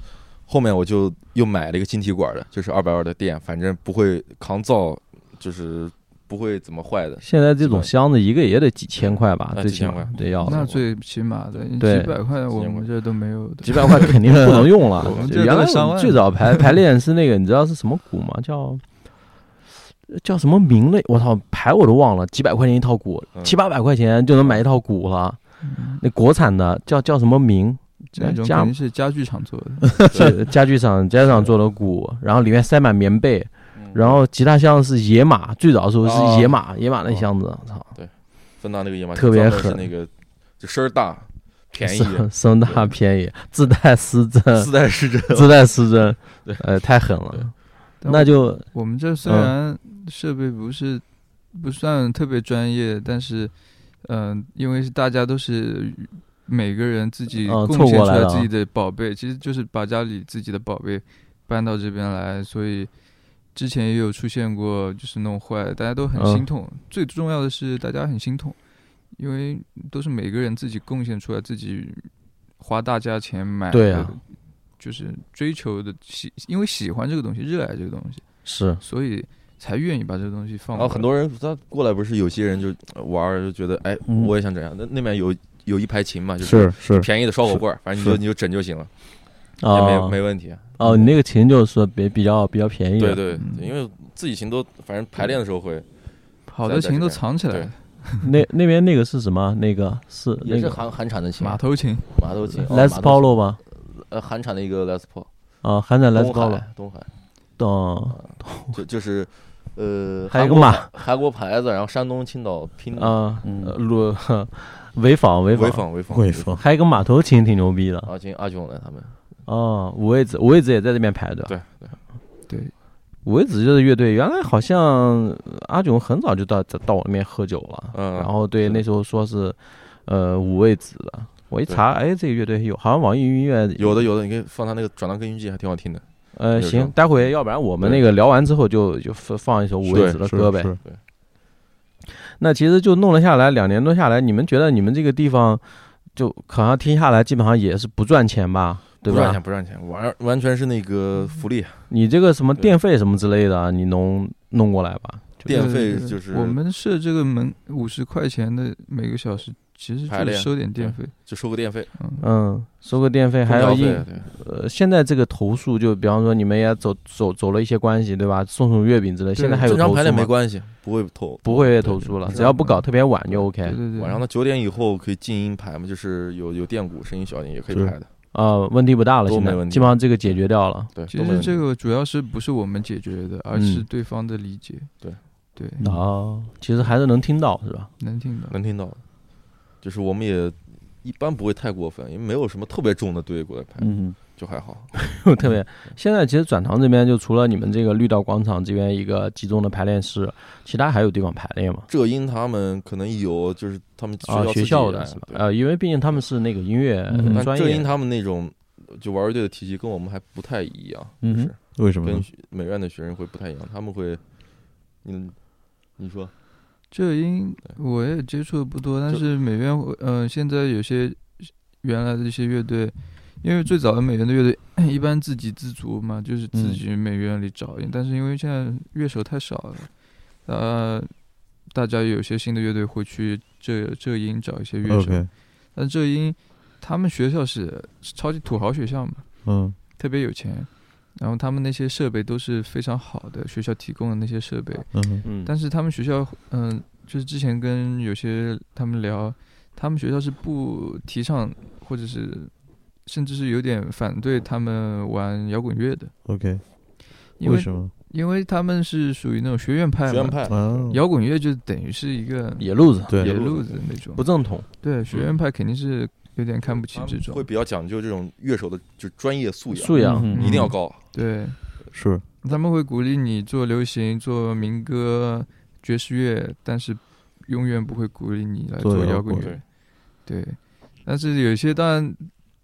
后面我就又买了一个晶体管的，就是二百二的电，反正不会抗噪，就是不会怎么 坏的。现在这种吧箱子一个也得几千块吧，啊最几起千码块得要那的，最起码的你对几百块，我们这都没有的。。几百块肯定不能用了 我们这原来都得上我们万最早排排练是那个，你知道是什么鼓吗？叫叫什么名类？我操，牌我都忘了，几百块钱一套鼓，嗯七八百块钱就能买一套鼓了。嗯那国产的叫叫什么 名？这种家肯定是家具厂 做的，是家具厂家具厂做的鼓，然后里面塞满棉被，嗯然后吉他箱是野马，最早的时候哦是野马，野马那箱子，操，芬达那个野马特别专门狠是那个就声儿大，便 宜，声声大便宜，自带失真，自带失真。 自带失真 对，呃，太狠了，对但那就我们这嗯虽然设备不是不算特别专业，但是，嗯、因为是大家都是每个人自己嗯贡凑献过出来来的自己的宝贝，其实就是把家里自己的宝贝搬到这边来，所以之前也有出现过就是弄坏，大家都很嗯心痛。最重要的是大家很心痛，因为都是每个人自己贡献出来自己花大价钱买对的啊就是追求的喜，因为喜欢这个东西，热爱这个东西，是所以才愿意把这个东西放然过后来。很多人他过来不是有些人就呃玩儿就觉得哎嗯我也想这样，那那边有有一排琴嘛，就是是是，便宜的烧火棍儿，反正你就是你就整就行了，也没啊，没问题。哦，你那个琴就是说比比较比较便宜的，对对，因为自己琴都反正排练的时候会好的琴都藏起来了，那那边那个是什么？那个是那个韩韩产的马头琴马头琴哦嗯 Les 马头 Paul 吧？呃韩产的一个 Les Paul，啊，韩展 Les 东 Paul，海东海懂就就是呃还有韩个国马牌韩国牌子，然后山东青岛拼的啊，嗯呃 录呵潍坊潍潍坊，坊潍坊会说还有一个马头琴挺牛逼的阿军阿炯来他们哦，五味子五味子也在这边排的，对对对，五味子这个乐队原来好像呃阿炯很早就到到我那边喝酒了，嗯然后对那时候说是呃五味子的，我一查哎这个乐队有，好像网易云音乐嗯有的有的，你可以放他那个转到跟音记，还挺好听的。呃，有行种，待会要不然我们对那个聊完之后就就放放一首五味子的歌呗。是那其实就弄了下来，两年多下来，你们觉得你们这个地方就好像听下来，基本上也是不赚钱吧，对不赚钱吧？不赚钱，完完全是那个福利，你这个什么对电费什么之类的，你能弄过来吧？就电对对费对就是我们设这个门五十块钱的每个小时，其实排就是练收点电费。就收个电费，嗯，嗯，收个电费还要空调印费。对呃，现在这个投诉，就比方说你们也走走走了一些关系，对吧？送送月饼之类，对现在还有正常投排诉练没吗？关系，不会投，不会对投诉了，对只要不搞特别晚就 OK 对。对对，晚上的九点以后可以静音排嘛，就是有有电鼓，声音小一点也可以是排的，呃，问题不大了，都现在没问题基本上这个解决掉了。对。其都没实问题嗯这个主要是不是我们解决的，而是对方的理解。对对，嗯哦，其实还是能听到，是吧？ 能听到。能听到的，就是我们也一般不会太过分，因为没有什么特别重的队过来排，嗯，就还好。特别，现在其实转塘这边就除了你们这个绿道广场这边一个集中的排练室，其他还有地方排练吗？浙音他们可能有，就是他们学啊，校学自己校人的是吧？对呃，因为毕竟他们是那个音乐嗯呃但专浙音业，他们那种就玩乐队的体系跟我们还不太一样，嗯哼是为什么跟呢？学美院的学生会不太一样，他们会，嗯，你说浙音我也接触的不多，但就是美院，呃，现在有些原来的一些乐队，因为最早的美院的乐队 一般自给自足嘛，就是自嗯己美院里找，但是因为现在乐手太少了，呃，大家有些新的乐队会去浙浙音找一些乐手， OK，但浙音他们学校是超级土豪学校嘛，嗯特别有钱，然后他们那些设备都是非常好的，学校提供的那些设备，嗯哼嗯，但是他们学校，嗯、就是之前跟有些他们聊，他们学校是不提倡，或者是甚至是有点反对他们玩摇滚乐的， ，OK，因为为什么？因为他们是属于那种学院派嘛，学院派啊，摇滚乐就等于是一个野路子对野路路子子那种不，正统，对，学院派肯定是有点看不起这会种，比较讲究这种乐手的就专业素养，素养嗯一定要高。对，是他们会鼓励你做流行、做民歌、爵士乐，但是永远不会鼓励你来做做摇摇滚滚乐。对，但是有些当然，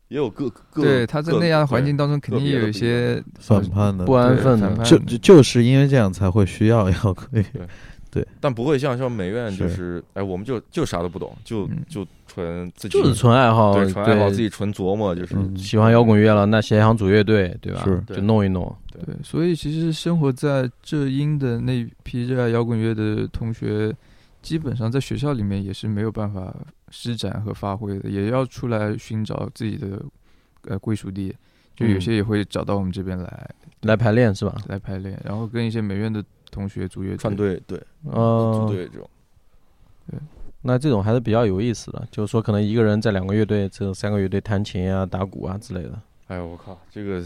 也有各各对他在那样的环境对当中，肯定也有一些反叛的，不安对分反的叛就就就是因为这样才会需要 摇滚乐。但不会像像美院就是是哎，我们就就啥都不懂，就嗯就纯自己就是纯爱好，嗯对纯爱好，对自己纯琢磨，就是嗯喜欢摇滚乐了，那谁想组乐队，对吧？是就弄一弄，对，所以其实生活在浙音的那批热爱摇滚乐的同学，基本上在学校里面也是没有办法施展和发挥的，也要出来寻找自己的呃归属地。就有嗯些也会找到我们这边来，来排练是吧？来排练，然后跟一些美院的同学组乐队串队对嗯组，队这种。那这种还是比较有意思的，就是说可能一个人在两个乐队、这三个乐队弹琴啊、打鼓啊之类的。哎呦我靠，这个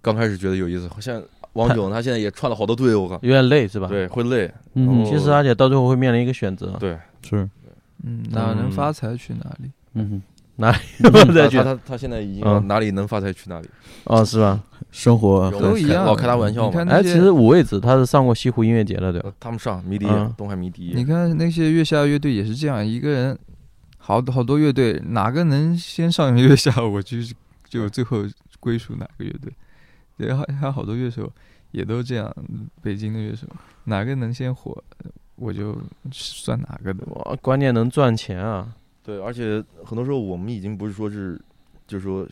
刚开始觉得有意思，现在王炯他现在也串了好多队，我靠，有点累是吧？，对，会 累，嗯哼其实而且到最后会面临一个选择，对，是，嗯，哪嗯能发财去哪里？嗯，再他去他他他现在已经嗯哪里能发财去哪里， 哦，是吧？生活啊有都一样老开他玩笑你看嘛，那哎，些其实五味子他是上过西湖音乐节的，对吧？呃他们上迷笛嗯，东海迷笛，你看那些月下乐队也是这样，一个人好好多乐队，哪个能先上月下，我就是就最后归属哪个乐队。对，还还有好多乐手也都这样，北京的乐手哪个能先火，我就算哪个的。哇，关键能赚钱啊！对，而且很多时候我们已经不是说是就说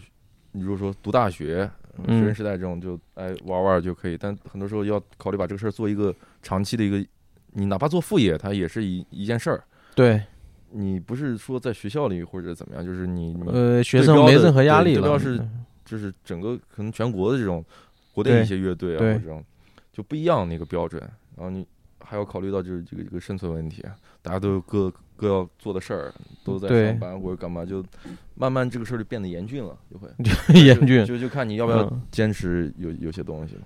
你如果说读大学、嗯学生时代这种就哎玩玩就可以，但很多时候要考虑把这个事儿做一个长期的一个，你哪怕做副业，它也是一一件事儿。对，你不是说在学校里或者怎么样，就是你你呃，学对生标没嗯的任何压对力对标了，是就是整个可能全国的这种国内对一些乐队啊，或对者这种就不一样的一个标准。然后你还要考虑到就是这个这个生存问题，啊大家都有各各要做的事儿，都在对上班或者干嘛，就慢慢这个事儿就变得严峻了，就会就 严峻，就就看你要不要嗯坚持有有些东西了，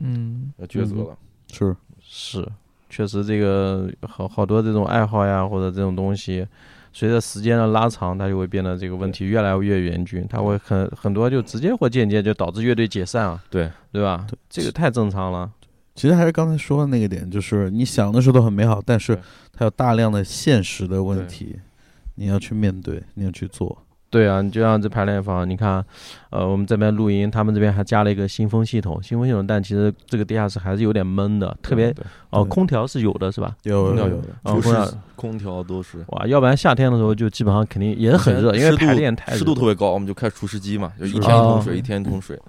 嗯，要抉择嗯了。是是，确实这个好好多这种爱好呀，或者这种东西，随着时间的拉长，它就会变得这个问题越来越严峻，它会很很多就直接或间接就导致乐队解散啊，对对吧？这个太正常了，其实还是刚才说的那个点，就是你想的时候都很美好，但是对它有大量的现实的问题，你要去面对，你要去做。对啊，你就像这排练房，你看，呃，我们这边录音，他们这边还加了一个新风系统，新风系统，但其实这个地下室还是有点闷的，特别对哦、对空调是有的，是吧？有空调有有有，的，嗯厨空调师空调都是。哇，要不然夏天的时候就基本上肯定也很热，因为湿度排练太热湿度特别高，我们就开除湿机嘛，就一是天一桶啊水，一天一桶水。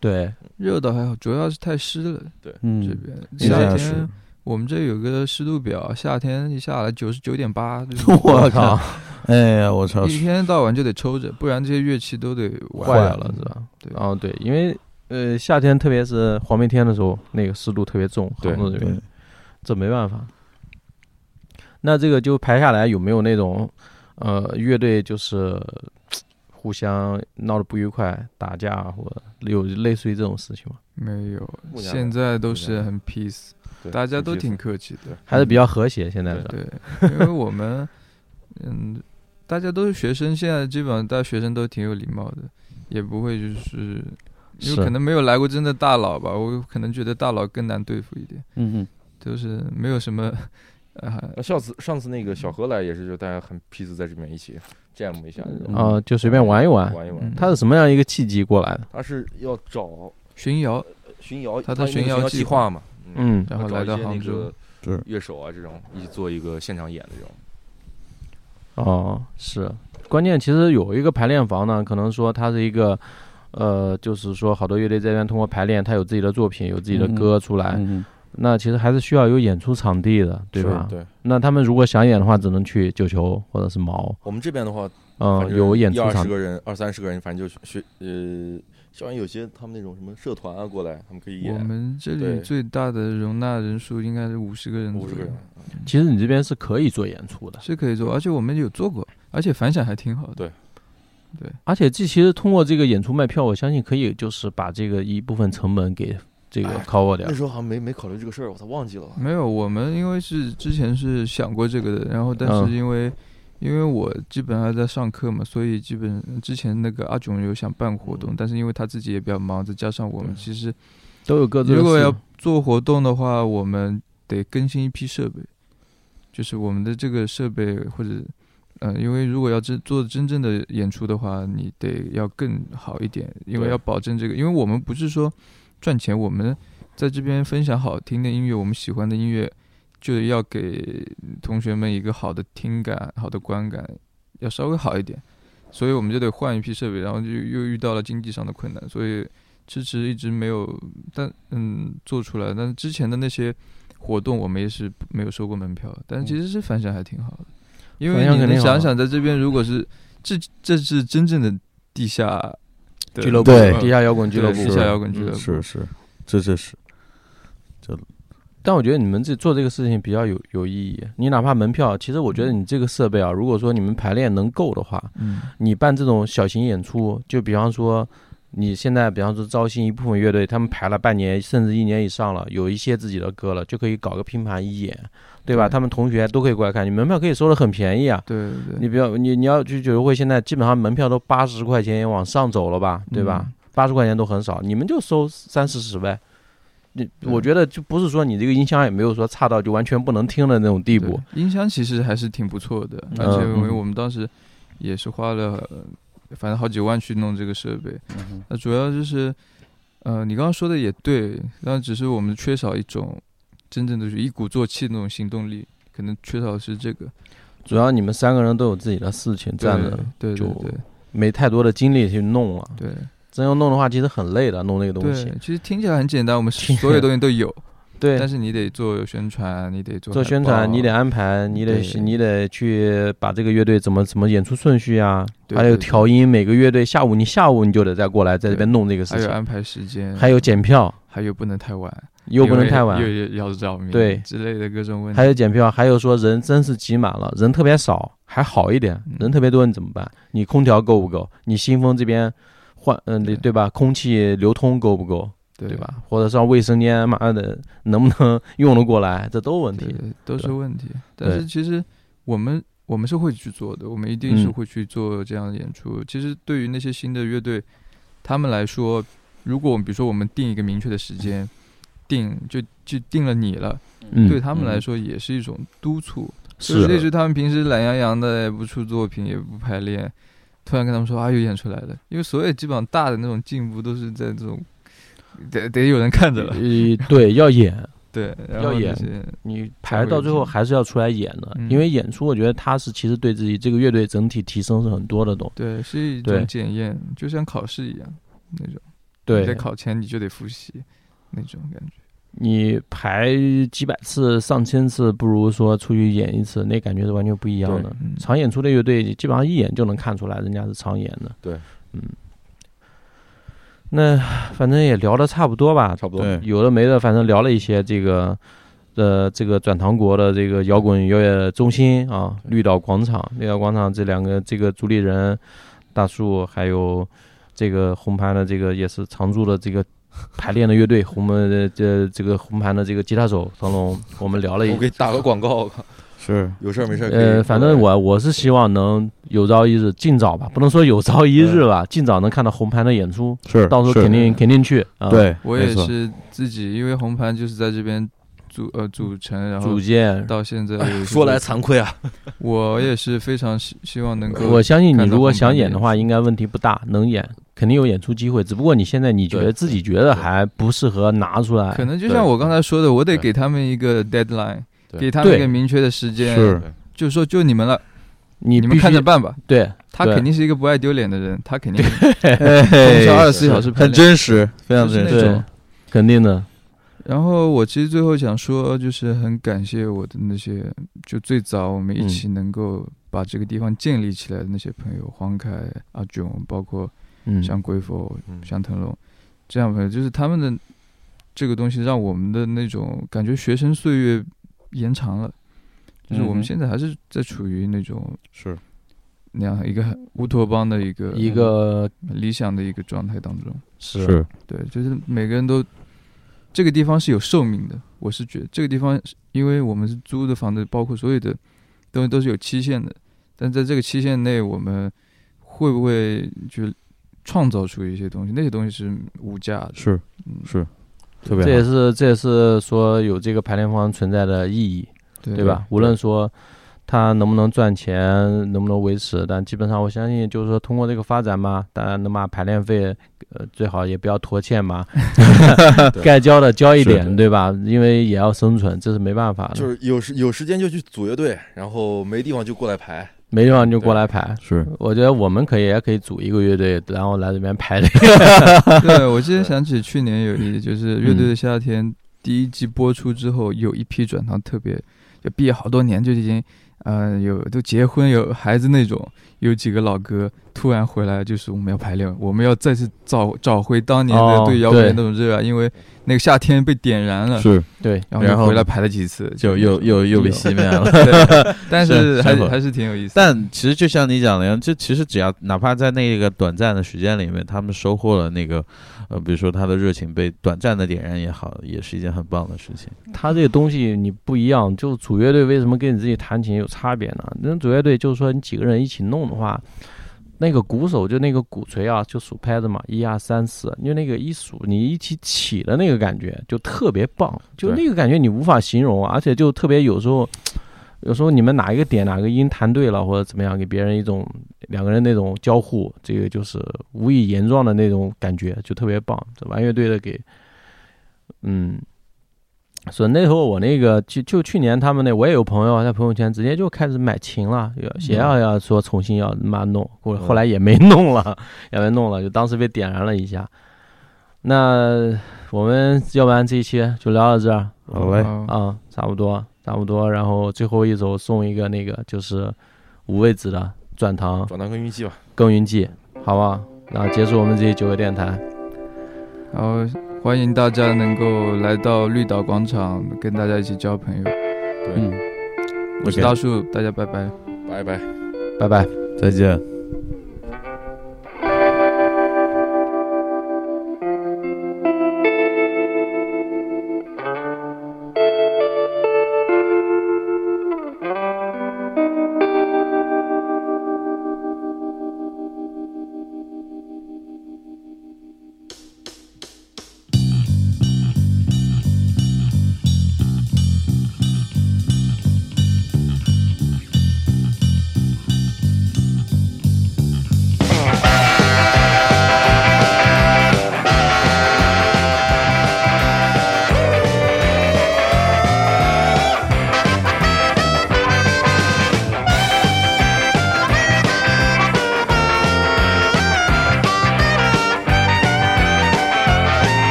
对，热倒还好，主要是太湿了。这嗯，边地夏下室天，我们这有个湿度表，夏天一下来九十九点八， 我靠，哎呀，嗯我操，一天到晚就得抽着，不然这些乐器都得坏坏了是吧？对哦，对，因为呃夏天特别是黄梅天的时候，那个湿度特别重，对杭州这对边，这没办法。那这个就排下来有没有那种呃乐队就是互相闹得不愉快、打架或者有类似于这种事情吗？没有，目前现在都目是很 peace，对大家都挺很客气的。还是比较和谐现在的，对，因为我们，嗯，大家都是学生，现在基本上大家学生都挺有礼貌的，也不会就是，因是为可能没有来过真的大佬吧，我可能觉得大佬更难对付一点，嗯嗯，就是没有什么，呃，那上次上次那个小何来也是，就大家很 peace 在这边一起 jam 一下这种，啊、就随便玩一玩。玩一玩嗯。他是什么样一个契机过来的？他是要找巡摇，巡摇，他的有一个巡摇摇计计划嘛，嗯，然后找来一到些杭那个州，是乐手啊这种一起做一个现场演的这种。哦，是，关键其实有一个排练房呢，可能说它是一个，呃，就是说好多乐队这边通过排练，它有自己的作品，有自己的嗯嗯歌出来，嗯那其实还是需要有演出场地的，对是吧？对那他们如果想演的话，只能去九球或者是毛，我们这边的话，嗯反，正有演一出二场十地，个人，二三十个人，反正就学呃，校园有些他们那种什么社团啊过来，他们可以我演们这对里最大的容纳人数应该是五十个人，五十个人，其实你这边是可以做演出的，是可以做，而且我们有做过，而且反响还挺好的。对而且这其实通过这个演出卖票，我相信可以就是把这个一部分成本给这个哎 cover 掉啊那。时候好像没没考虑这个事儿，我操，忘记了。嗯没有，我们因为是之前是想过这个的，然后但嗯是因为、因为我基本上还在上课嘛，所以基本之前那个阿炯有想办活动，嗯但是因为他自己也比较忙，再加上我们对其实都有各自的如果事要做活动的话，我们得更新一批设备，就是我们的这个设备或者。嗯，因为如果要真做真正的演出的话，你得要更好一点，因为对要保证这个，因为我们不是说赚钱，我们在这边分享好听的音乐，我们喜欢的音乐，就要给同学们一个好的听感、好的观感，要稍微好一点。所以我们就得换一批设备，然后就又遇到了经济上的困难，所以迟迟一直没有，但嗯做出来。但是之前的那些活动，我们也是没有收过门票，但是其实是反响还挺好的，因为反响你肯定能好想想，在这边如果是这这是真正的地下的俱乐部对、地下摇滚俱乐部、对地下摇滚俱乐嗯部是是，这这是但我觉得你们这做这个事情比较有有意义。你哪怕门票，其实我觉得你这个设备啊，如果说你们排练能够的话，嗯，你办这种小型演出，就比方说你现在比方说招新一部分乐队，他们排了半年甚至一年以上了，有一些自己的歌了，就可以搞个拼盘一演，对吧？对他们同学都可以过来看，你门票可以收的很便宜啊。对对对，你不要你你要去九州会，现在基本上门票都八十块钱往上走了吧，对吧？嗯八十块钱都很少，你们就收三四十呗。你对我觉得就不是说你这个音箱也没有说差到就完全不能听的那种地对步。音箱其实还是挺不错的，嗯而且因为嗯我们当时也是花了，呃反正好几万去弄这个设备。嗯那主要就是，呃，你刚刚说的也对，但只是我们缺少一种真正的是一鼓作气的那种行动力，可能缺少的是这个。主要你们三个人都有自己的事情对占着，对对就对，没太多的精力去弄了。对真要弄的话，其实很累的，弄那个东西对。，其实听起来很简单，我们听所有东西都有，对，但是你得做宣传，你得做做海宣报传，你得安排，你得对你得去把这个乐队怎么怎么演出顺序啊，对还有对对调音，每个乐队下午你下午你就得再过来在这对边弄这个事还有情，安排时间，还有检票还有不能太晚，又不能太晚又，又要扰民，对之类的各种问题，还有检票，还有说人真是挤满了，人特别少还好一点，嗯人特别多你怎么办？你空调够不够？你新风这边换嗯、对对吧？空气流通够不够？对对？吧？或者上卫生间，妈的能不能用得过来？这都问对题。，都是对问题。但是其实我们我们是会去做的，我们一定是嗯会去做这样的演出。其实对于那些新的乐队，他们来说，如果我们比如说我们定一个明确的时间，定就就定了你了，嗯，对他们来嗯说也是一种督促，就是类似于他们平时懒洋洋的，也不出作品，也不排练，突然跟他们说啊，有演出来了，因为所有基本上大的那种进步都是在这种。得得有人看着了，呃对要演，对，然要后那演些你才排会到有最后进步还是要出来演的，嗯因为演出我觉得他是其实对自己这个乐队整体提升是很多的东西。对，是一对种检验，就像考试一样那种。你在对，考前你就得复习那种感觉。你排几百次、上千次，不如说出去演一次，那感觉是完全不一样的。嗯，常演出的乐队基本上一眼就能看出来人家是常演的。对，嗯，那反正也聊的差不多吧，差不多。对，有的没的，反正聊了一些这个，呃，这个转唐国的这个摇滚音乐中心啊，绿岛广场，绿岛广场这两个这个主理人大树，还有这个红盘的这个也是常驻的这个排练的乐队，红们的这这个红盘的这个吉他手唐龙，我们聊了一我。给打个广告，是有事儿没事儿可以过来。呃，反正我我是希望能有朝一日，尽早吧，不能说有朝一日吧，尽早能看到红盘的演出，是，到时候是肯定肯定去啊。，对，我没也错，是自己，因为红盘就是在这边组呃组成，然后组哎建到现在、说来，惭愧啊，我也是非常希希望能够我相信你如果想演的看到后话，面应该问题不大，能演，肯定有演出机会。只不过你现在你觉得对自己觉得还不适合拿出来可，能就像我刚才说的，我得对给他们一个 deadline，对给他们一对个明确的时间，是就说就你们了，你你必们须看着办吧。对他对肯定是一个不爱丢脸的人，他肯定通通宵二是十四小时哎排很练真实，非常就是真那实。对种，肯定的，然后我其实最后想说，就是很感谢我的那些，就最早我们一起能够把这个地方建立起来的那些朋友，黄凯、阿炯，包括嗯，像鬼佛、嗯像腾龙这样的朋友，就是他们的这个东西让我们的那种感觉学生岁月延长了，就是嗯我哼们现在还是在处于那种是那样一个很乌托邦的一个一个很理想的一个状态当中。是啊对，就是每个人都，这个地方是有寿命的。我是觉得这个地方是，因为我们是租的房子，包括所有的东西都是有期限的。但在这个期限内，我们会不会就创造出一些东西？那些东西是无价的。是嗯，是，特别这也好。是这也是说有这个排练方存在的意义，对对吧？？无论说它能不能赚钱，能不能维持，但基本上我相信就是说通过这个发展嘛，当然能把排练费呃最好也不要拖欠嘛，该交的交一是点，对吧？因为也要生存，这是没办法的。就是有时有时间就去组乐队，然后没地方就过来排。没地方就过来排。是我觉得我们可以也可以组一个乐队，然后来这边排练。 对，我记得想起去年有一就是《乐队的夏天》第一季播出之后，有一批转行特别，就毕业好多年就已经，呃，有都结婚有孩子那种，有几个老哥突然回来，就是我们要排练，我们要再次找找回当年哦的对摇滚对的那种热爱，因为那个夏天被点燃了，是，对，然后然就后回来排了几次，嗯就又又又被 熄灭了。对，但是是还山口还是挺有意思的。但其实就像你讲的一样，就其实只要哪怕在那个短暂的时间里面，他们收获了那个，呃，比如说他的热情被短暂的点燃也好，也是一件很棒的事情。他这个东西你不一样，就组乐队为什么跟你自己弹琴有差别呢？那组乐队就是说你几个人一起弄的话，那个鼓手就那个鼓槌啊，就数拍子嘛，一二三四，就那个一数你一起起的那个感觉就特别棒，就那个感觉你无法形容，而且就特别有时候。有时候你们哪一个点哪个音弹对了，或者怎么样，给别人一种两个人那种交互，这个就是无以言状的那种感觉，就特别棒。这玩乐队的给，嗯，所以那时候我那个就就去年他们那我也有朋友啊在朋友圈直接就开始买琴了，啊要也要要说重新要妈弄，后后来也没弄了， 也没弄了，就当时被点燃了一下。那我们要不然这一期就聊到这儿好嘞，啊啊，差不多差不多，然后最后一首送一个那个就是五味子的《转堂转到跟运气吧。耕耘记》，好不好？然后结束我们这期九个电台，然后欢迎大家能够来到绿岛广场，跟大家一起交朋友。对，嗯，我是 OK 大树，大家拜拜。拜拜。拜拜。再见。